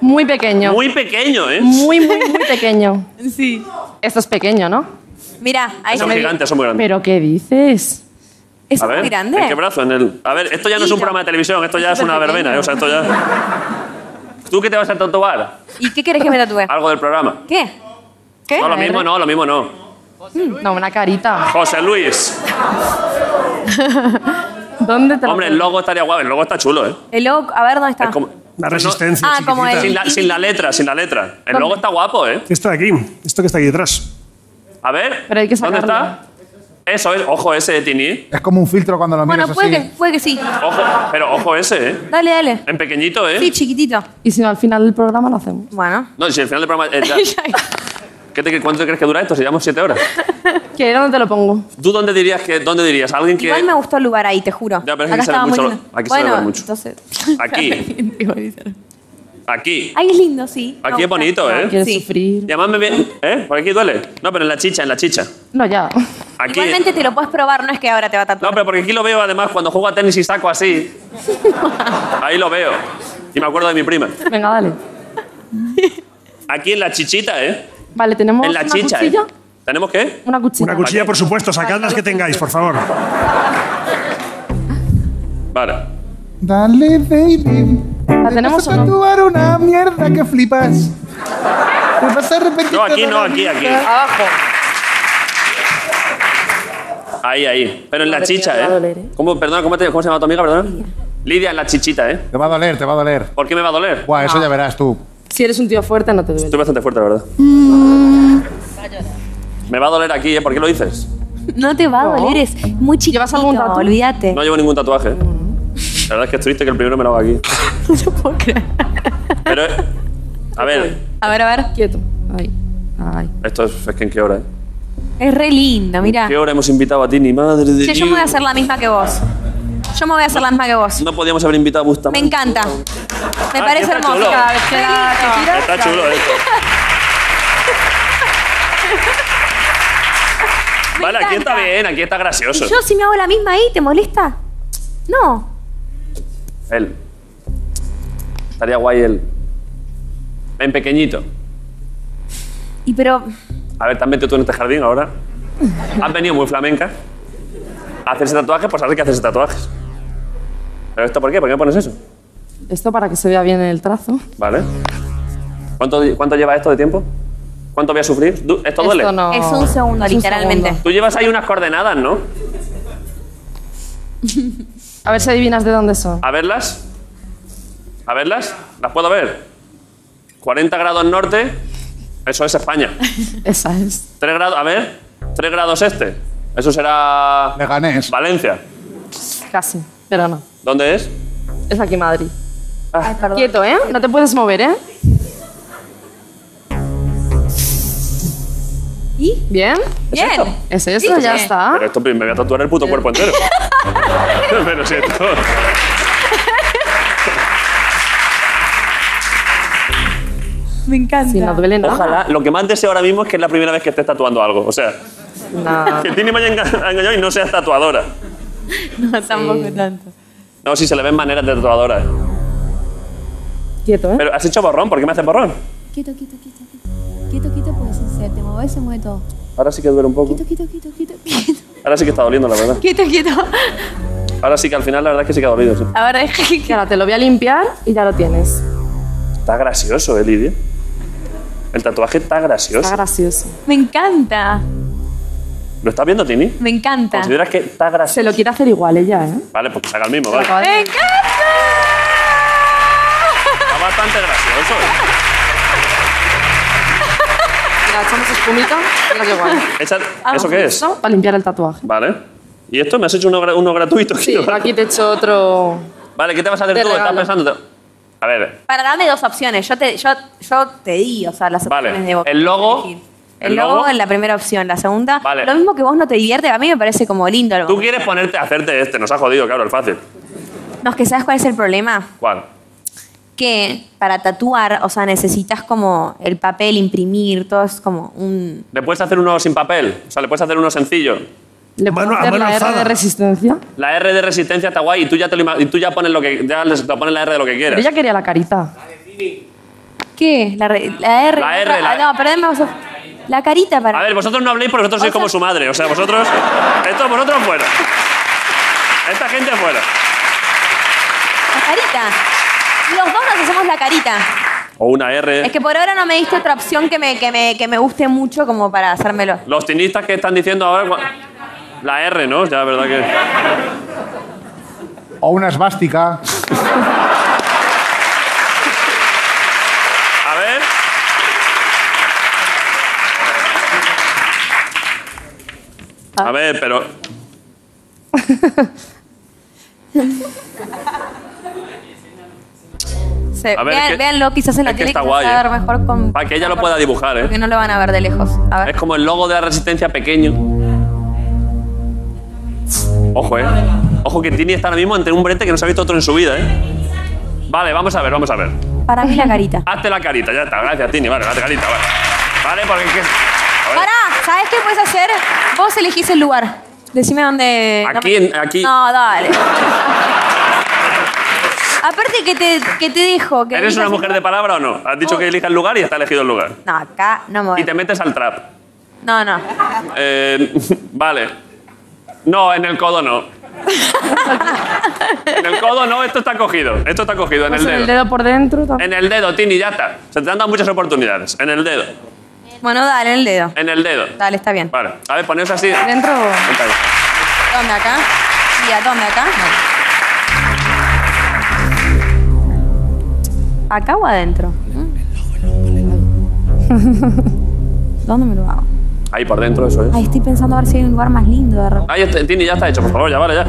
L: Muy pequeño.
B: Muy pequeño, ¿eh?
L: Muy, muy, muy pequeño.
G: Sí.
L: Esto es pequeño, ¿no?
G: Mira, ahí
B: Son
G: se ve.
B: gigantes, son muy grandes.
L: ¿Pero qué dices?
G: ¿Eso
B: A
G: es
B: ver,
G: muy grande.
B: ¿En qué brazo? En el... A ver, esto ya no es un
G: Chiquillo.
B: programa de televisión, esto ya es una
L: superpequeño.
B: verbena, ¿eh? O sea, esto ya... ¿Tú qué te vas a tatuar?
G: ¿Y qué querés que me tatúe?
B: Algo del programa.
G: ¿Qué? ¿Qué?
B: No, lo mismo no, lo mismo no.
L: Mm, No, una carita.
B: José Luis.
L: ¿Dónde te lo
B: Hombre, el logo estaría guapo, el logo está chulo, ¿eh?
G: El logo, a ver dónde está.
B: Es como...
C: La
B: No,
C: resistencia.
G: Ah, como
C: chiquitita.
G: el-
B: sin, la, sin la letra, sin la letra. El
L: ¿Dónde?
B: logo está guapo, ¿eh?
C: ¿Qué está aquí? Esto que está aquí detrás.
B: A ver,
L: Pero hay que
B: ¿dónde
L: sacarlo.
B: está? Eso es, ojo ese de Tini.
D: Es como un filtro cuando lo miras
G: Bueno, puede que,
D: así.
G: puede que sí.
B: Ojo, pero ojo ese, ¿eh?
G: Dale, dale.
B: En pequeñito, ¿eh?
G: Sí, chiquitito.
L: Y si no, al final del programa lo hacemos.
G: Bueno.
B: No, si al final del programa... eh, ya-
G: Ya.
B: ¿Qué te- ¿Cuánto crees que dura esto? Si llevamos siete horas.
L: ¿Qué? ¿Dónde te lo pongo?
B: ¿Tú dónde dirías que.? ¿Dónde dirías? ¿Alguien que.?
G: Igual me gustó el lugar ahí, te juro.
B: Ya, pero es que sale
G: estaba
B: mucho
G: muy
B: lo-
G: lindo.
B: aquí se
G: bueno,
B: ve mucho.
G: entonces...
B: Aquí. Aquí.
G: Ahí es lindo, sí.
B: Aquí es bonito, ¿eh?
G: Sí.
B: Y además me viene. ¿Eh? ¿Por aquí duele? No, pero en la chicha, en la chicha.
L: No, ya.
B: Aquí.
G: Igualmente te lo puedes probar, no es que ahora te va a tatuar.
B: No, pero porque aquí lo veo además cuando juego a tenis y saco así. Ahí lo veo. Y me acuerdo de mi prima.
L: Venga, dale.
B: Aquí en la chichita, ¿eh?
L: Vale, tenemos
B: En la
L: una
B: chicha. ¿eh?
L: cuchilla.
B: ¿Tenemos qué?
L: Una cuchilla.
C: Una cuchilla, por supuesto, sacad las que tengáis, por favor.
B: Vale.
D: Dale, baby.
L: ¿La tenemos
D: vas a tatuar una mierda que flipas. Te vas a arrepentir.
B: No, aquí
D: toda
B: no,
D: la
B: aquí,
D: vida.
B: aquí.
L: Abajo.
B: Ahí, ahí. Pero en la
L: Madre mía,
B: chicha,
L: me va a doler,
B: ¿eh? ¿Cómo, perdona, ¿cómo, te- cómo se llama tu amiga, perdón? Lidia en la chichita, ¿eh?
D: Te va a doler, te va a doler.
B: ¿Por qué me va a doler?
D: Buah, eso ya verás tú.
L: Si eres un tío fuerte, no te duele.
B: Estoy bastante fuerte, la verdad.
L: Mm.
B: Me va a doler aquí, ¿eh? ¿Por qué lo dices?
G: No te va a doler, es muy chiquito. ¿Llevas algún
L: tatu?
G: Olvídate.
B: No llevo ningún tatuaje. ¿eh?
L: Mm.
B: La verdad es que es triste que el primero me lo haga aquí. Pero, eh, a ver,
G: A ver, a ver.
L: Quieto. Ahí. Ahí.
B: esto es, es que en qué hora, ¿eh?
G: Es re lindo, mira.
B: ¿Qué hora hemos invitado a ti, ni madre de
G: Che, yo
B: Dios?
G: me voy a hacer la misma que vos. Yo me voy a hacer la misma que vos.
B: No podíamos haber invitado a
G: Me
B: Bustamante.
G: encanta. Me
B: Ah,
G: parece
B: está
G: hermoso
B: chulo.
G: cada vez que la- que tiras.
B: Está chulo esto. Vale, aquí está bien, aquí está
G: ¿Y
B: gracioso.
G: yo si me hago la misma ahí, te molesta? No.
B: Él. Estaría guay él. En pequeñito.
G: Y pero,
B: A ver, ¿te has metido tú en este jardín ahora? Has venido muy flamenca. A hacerse tatuajes, pues ahora que hacerse tatuajes. ¿Pero esto por qué? ¿Por qué me pones eso?
L: Esto para que se vea bien el trazo.
B: Vale. ¿Cuánto, cuánto lleva esto de tiempo? ¿Cuánto voy a sufrir? Du- ¿Esto duele?
L: Esto no.
G: Es un segundo, literalmente.
B: Tú llevas ahí unas coordenadas, ¿no?
L: A ver si adivinas de dónde son.
B: A verlas. A verlas. ¿Las puedo ver? 40 grados norte. Eso es España.
L: Esa es.
B: 3 grados. A ver. 3 grados este. Eso será.
D: Leganés.
B: Valencia.
L: Casi. Pero no.
B: ¿Dónde es?
L: Es aquí Madrid.
G: Ay, perdón.
L: Quieto, ¿eh? No te puedes mover, ¿eh?
G: ¿Y?
L: Bien.
G: Bien.
L: Es eso,
G: Sí,
L: ya
G: sí.
M: Ah.
L: está.
B: Pero esto me voy a tatuar el puto cuerpo entero. Pero si esto.
G: Me encanta.
L: Si no duele nada.
B: Ojalá. Lo que más deseo ahora mismo es que es la primera vez que estés tatuando algo. O sea,
L: No.
B: que Tini me haya enga- engañado y no seas tatuadora.
G: No, tampoco tanto.
B: No, si se le ven maneras de tatuadora. ¿eh?
L: Quieto, ¿eh?
B: Pero has hecho borrón. ¿Por qué me haces borrón?
M: Quieto, quieto, quieto, quieto. Quieto, quieto, puedes hacer. Te mueves, se mueve todo.
B: Ahora sí que duele un poco.
M: Quieto, quieto, quieto, quieto, quieto.
B: Ahora sí que está doliendo, la verdad.
G: Quieto, quieto.
B: Ahora sí que al final la verdad es que sí que ha dolido. sí.
G: A ver, deja
L: Y ahora te lo voy a limpiar y ya lo tienes.
B: Está gracioso, eh, Lidia. El tatuaje está gracioso.
L: Está gracioso.
G: Me encanta.
B: ¿Lo estás viendo, Tini?
G: Me encanta.
B: ¿Consideras que está gracioso?
L: Se lo quiere hacer igual ella, ¿eh?
B: Vale, pues que se haga el mismo, vale.
L: Acaba de-
G: ¡Me encanta!
B: Está bastante gracioso. eh.
L: Mira, echamos espumita y lo que igual.
B: Echa-
L: Ah,
B: ¿Eso qué es?
L: eso Para limpiar el tatuaje.
B: Vale. ¿Y esto? ¿Me has hecho uno, gra- uno gratuito?
L: Sí,
B: Kio?
L: aquí te echo otro.
B: Vale, ¿qué te vas a hacer
L: De
B: tú?
L: regalo.
B: Estás pensando... A ver,
G: Para darme dos opciones. Yo te, yo, yo te di, o sea, las
B: Vale.
G: opciones de vos.
B: El logo.
G: elegir.
B: El
G: El, logo,
B: logo.
G: es la primera opción. La segunda.
B: Vale.
G: Lo mismo que vos no te divierte, a mí me parece como lindo. algo.
B: tú quieres ponerte a hacerte este. Nos ha jodido, claro, el fácil.
G: No, es que sabes cuál es el problema.
B: ¿Cuál?
G: Que para tatuar, o sea, necesitas como el papel, imprimir, todo es como un.
B: ¿Le puedes hacer uno sin papel? O sea, ¿le puedes hacer uno sencillo?
L: ¿Le
C: Mano-
L: puedo
C: a
L: hacer
C: mano
L: la R
C: alzada.
L: de resistencia?
B: La R de resistencia está guay y tú ya, te lo ima- y tú ya pones lo que... Ya les- te pones la R de lo que
L: Pero
B: quieras.
L: ella quería la carita.
G: ¿Qué? La, re- la R.
B: La R, la-
G: Ah, no, perdón, me vas a- La carita para.
B: A ver, vosotros no habléis porque vosotros sois
G: O sea-
B: como su madre. O sea, vosotros. Esto, vosotros fuera. Esta gente fuera.
G: La carita. Los dos nos hacemos la carita.
B: O una R.
G: Es que por ahora no me diste otra opción que me, que me, que me guste mucho como para hacérmelo.
B: Los tinistas que están diciendo ahora. cua- La R, ¿no? Ya, verdad que.
D: O una esvástica.
B: A ver. A ver, pero.
G: Se-
B: A ver,
G: vean-
B: es que-
G: véanlo, quizás en la
B: es que
G: tele
B: está
G: quizás
B: guay,
G: se va a
B: ¿eh?
G: ver mejor con.
B: Para que ella lo pueda dibujar,
G: Porque
B: ¿eh?
G: no lo van a ver de lejos. A ver.
B: Es como el logo de la resistencia pequeño. Ojo, ¿eh? Ojo que Tini está ahora mismo ante un brete que no se ha visto otro en su vida, ¿eh? Vale, vamos a ver, vamos a ver.
G: Para mí la carita.
B: Hazte la carita, ya está. Gracias, Tini. Vale, hazte carita, vale. Vale, porque... es que- A ver.
G: Pará, ¿sabes qué puedes hacer? Vos elegís el lugar. Decime dónde. no
B: Aquí,
G: me-
B: en- aquí.
G: No, dale. Aparte que te, que te dijo que.
B: ¿Eres
G: elijas
B: una mujer de palabra o no? Has dicho que elija el lugar y está elegido el lugar.
G: el- No, acá no me voy.
B: Y te metes al trap.
G: No, no.
B: Eh, vale. No, en el codo no. en el codo no, esto está cogido. Esto está cogido, en
L: Pues
B: el dedo.
L: el dedo por dentro. también.
B: En el dedo, Tini, ya está. Se te han dado muchas oportunidades. En el dedo.
G: Bueno, dale, en el dedo.
B: En el dedo.
G: Dale, está bien.
B: Vale. A ver, poneos así.
L: ¿Dentro?
B: Vente ahí.
G: ¿Dónde acá? ¿Y a dónde acá? No. ¿Acá o adentro? ¿Mm? ¿Dónde me lo hago?
B: Ahí por dentro, eso es.
G: Ay, estoy pensando a ver si hay un lugar más lindo de repente.
B: Ahí está, Tini, ya está hecho, por favor, ya, vale, ya.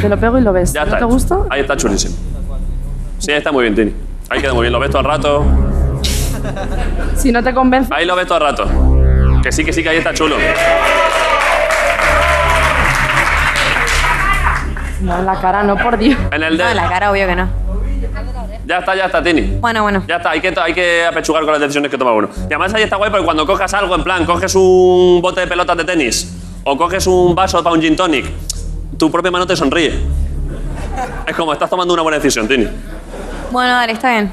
L: Te lo pego y lo ves.
B: Ya
L: ¿No
B: está.
L: te
B: hecho.
L: gusta?
B: Ahí está chulísimo. Sí, está muy bien, Tini. Ahí queda muy bien. Lo ves todo el rato.
L: Si no te convence,
B: Ahí lo ves todo el rato. Que sí, que sí, que ahí está chulo.
L: no, la cara no, por Dios.
B: En el dedo.
G: No, la cara, obvio que no.
B: Ya está, ya está, Tini.
G: Bueno, bueno.
B: Ya está, hay que, hay que apechugar con las decisiones que toma uno. Y además ahí está guay porque cuando cojas algo, en plan, coges un bote de pelotas de tenis o coges un vaso para un gin tonic, tu propia mano te sonríe. Es como, estás tomando una buena decisión, Tini.
G: Bueno, dale, está bien.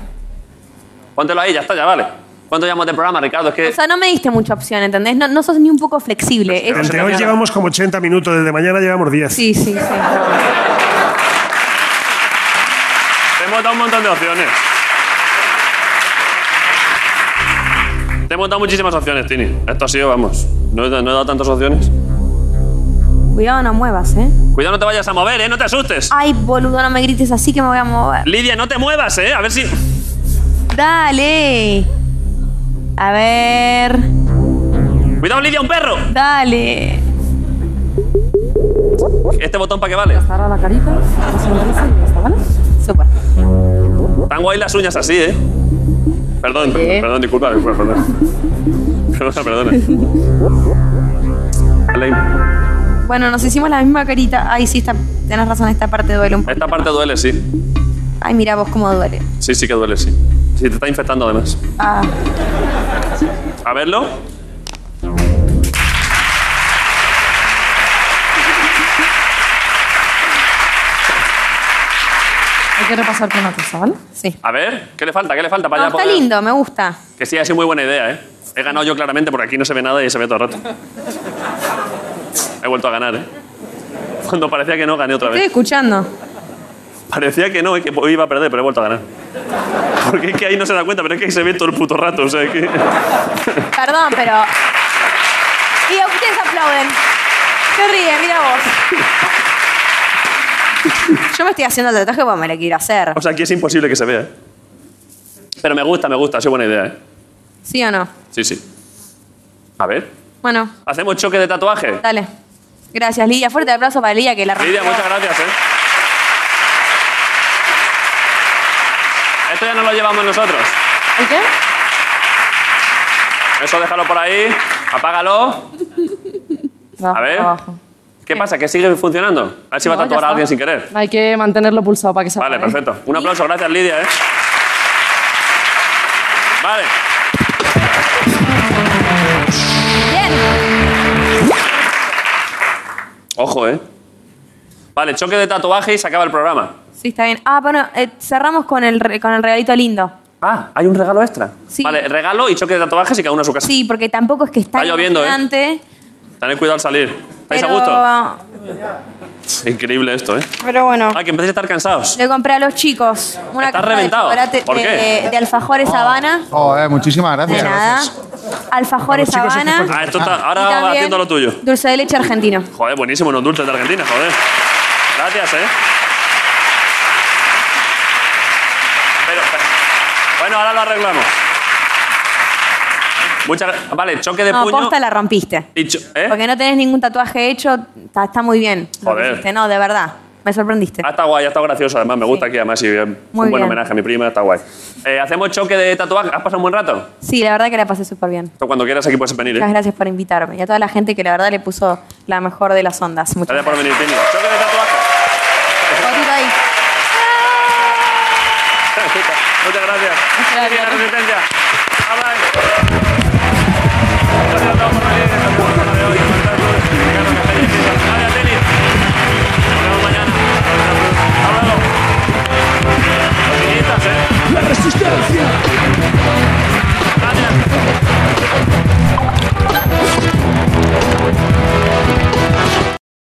B: Póntelo ahí, ya está, ya vale. ¿Cuánto llevamos de programa, Ricardo? Es que...
G: O sea, no me diste mucha opción, ¿entendés? No, no sos ni un poco flexible. Es-
C: Entre hoy llevamos como 80 minutos, desde mañana llevamos 10.
G: Sí, sí, sí.
B: Te hemos dado un montón de opciones. Te hemos dado muchísimas opciones, Tini. Esto ha sido, vamos. No he, no he dado tantas opciones.
G: Cuidado, no muevas, ¿eh?
B: Cuidado, no te vayas a mover, ¿eh? No te asustes.
G: Ay, boludo, no me grites así que me voy a mover.
B: Lidia, no te muevas, ¿eh? A ver si...
G: Dale. A ver.
B: Cuidado, Lidia, un perro.
G: Dale.
B: ¿Este botón para qué vale?
L: Ahora la carita, la sonrisa y ya está, ¿vale?
G: Súper.
B: Tan guay las uñas así, ¿eh? Perdón,
L: Oye.
B: perdón, disculpa. Perdón, perdona, perdona. Vale,
G: Bueno, nos hicimos la misma carita. Ay, sí, está, tenés razón, esta parte duele un poco.
B: Esta parte duele, sí.
G: Ay, mira vos cómo duele.
B: Sí, sí que duele, sí. Sí, te está infectando además.
G: Ah.
B: A verlo.
L: Hay que repasarte una cosa, ¿vale?
G: Sí.
B: A ver, ¿qué le falta? ¿Qué le falta para
G: No,
B: ya
G: está
B: poder-
G: lindo, me gusta.
B: Que sí, ha sido muy buena idea, ¿eh? He ganado yo claramente porque aquí no se ve nada y se ve todo el rato. He vuelto a ganar, ¿eh? Cuando parecía que no, gané otra
G: Estoy
B: vez.
G: escuchando.
B: Parecía que no, eh, que hoy iba a perder, pero he vuelto a ganar. Porque es que ahí no se da cuenta, pero es que ahí se ve todo el puto rato. O sea, es que...
G: Perdón, pero. Y ustedes aplauden. Se ríen, mira vos. Yo me estoy haciendo el tatuaje porque me lo quiero hacer.
B: O sea, aquí es imposible que se vea. ¿eh? Pero me gusta, me gusta, ha sido buena idea, ¿eh?
G: ¿Sí o no?
B: Sí, sí. A ver,
G: Bueno,
B: ¿hacemos choque de tatuaje?
G: dale. Gracias, Lidia. Fuerte aplauso para Lidia que la
B: Lidia,
G: rompió.
B: muchas gracias, ¿eh? Esto ya no lo llevamos nosotros.
L: ¿El qué?
B: Eso déjalo por ahí, apágalo.
L: Abajo,
B: A ver.
L: abajo.
B: ¿Qué pasa? ¿Que sigue funcionando? A ver si va
L: No,
B: a
L: ya
B: tatuar
L: está.
B: a alguien sin querer.
L: Hay que mantenerlo pulsado para que se
B: Vale,
L: apague.
B: perfecto. Un aplauso, gracias Lidia, ¿eh? Vale. Ojo, ¿eh? Vale, choque de tatuaje y se acaba el programa.
G: Sí, está bien. Ah, bueno, eh, cerramos con el, re- con el regalito lindo.
B: Ah, ¿hay un regalo extra?
G: Sí.
B: Vale, regalo y choque de tatuajes y cada uno a su casa.
G: Sí, porque tampoco es que está,
B: Está lloviendo, ¿eh?
G: emocionante,
B: Tened cuidado al salir. ¿Estáis
G: pero,
B: a gusto? Increíble esto, ¿eh?
G: pero bueno,
B: Ah, que empecéis a estar cansados.
G: le compré a los chicos una
B: Está
G: caja
B: reventado.
G: de chocolate
B: ¿Por
G: de,
B: qué? Oh.
G: de alfajores Habana.
D: Joder, Oh, eh, muchísimas
G: De
D: gracias.
G: nada. Alfajores
D: A los chicos es
G: Habana.
B: Ah, esto está,
G: Y
B: ahora va
G: también
B: haciendo lo tuyo.
G: Dulce de leche argentino.
B: Joder, buenísimo, unos dulces de Argentina, joder. Gracias, ¿eh? Pero, pero- bueno, ahora lo arreglamos. Muchas gra- Vale, choque de
G: no,
B: puño.
G: posta la rompiste.
B: y cho- ¿eh?
G: Porque no tenés ningún tatuaje hecho, está, está muy bien. lo que
B: Joder.
G: hiciste. No, de verdad. Me sorprendiste.
B: Ah, está guay, ha estado gracioso. Además, me gusta aquí. Además, y bien,
G: Muy
B: un buen
G: bien.
B: homenaje a mi prima, está guay. Eh, ¿Hacemos choque de tatuajes? ¿Has pasado un buen rato?
G: Sí, la verdad que la pasé súper bien.
B: Tú cuando quieras aquí puedes venir. ¿eh?
G: Muchas gracias por invitarme y a toda la gente que la verdad le puso la mejor de las ondas. Muchas
B: Gracias por venir, Tini. Choque de tatuajes.
G: Fotito ahí.
B: Muchas gracias. Gracias. Resistencia. Bye, bye.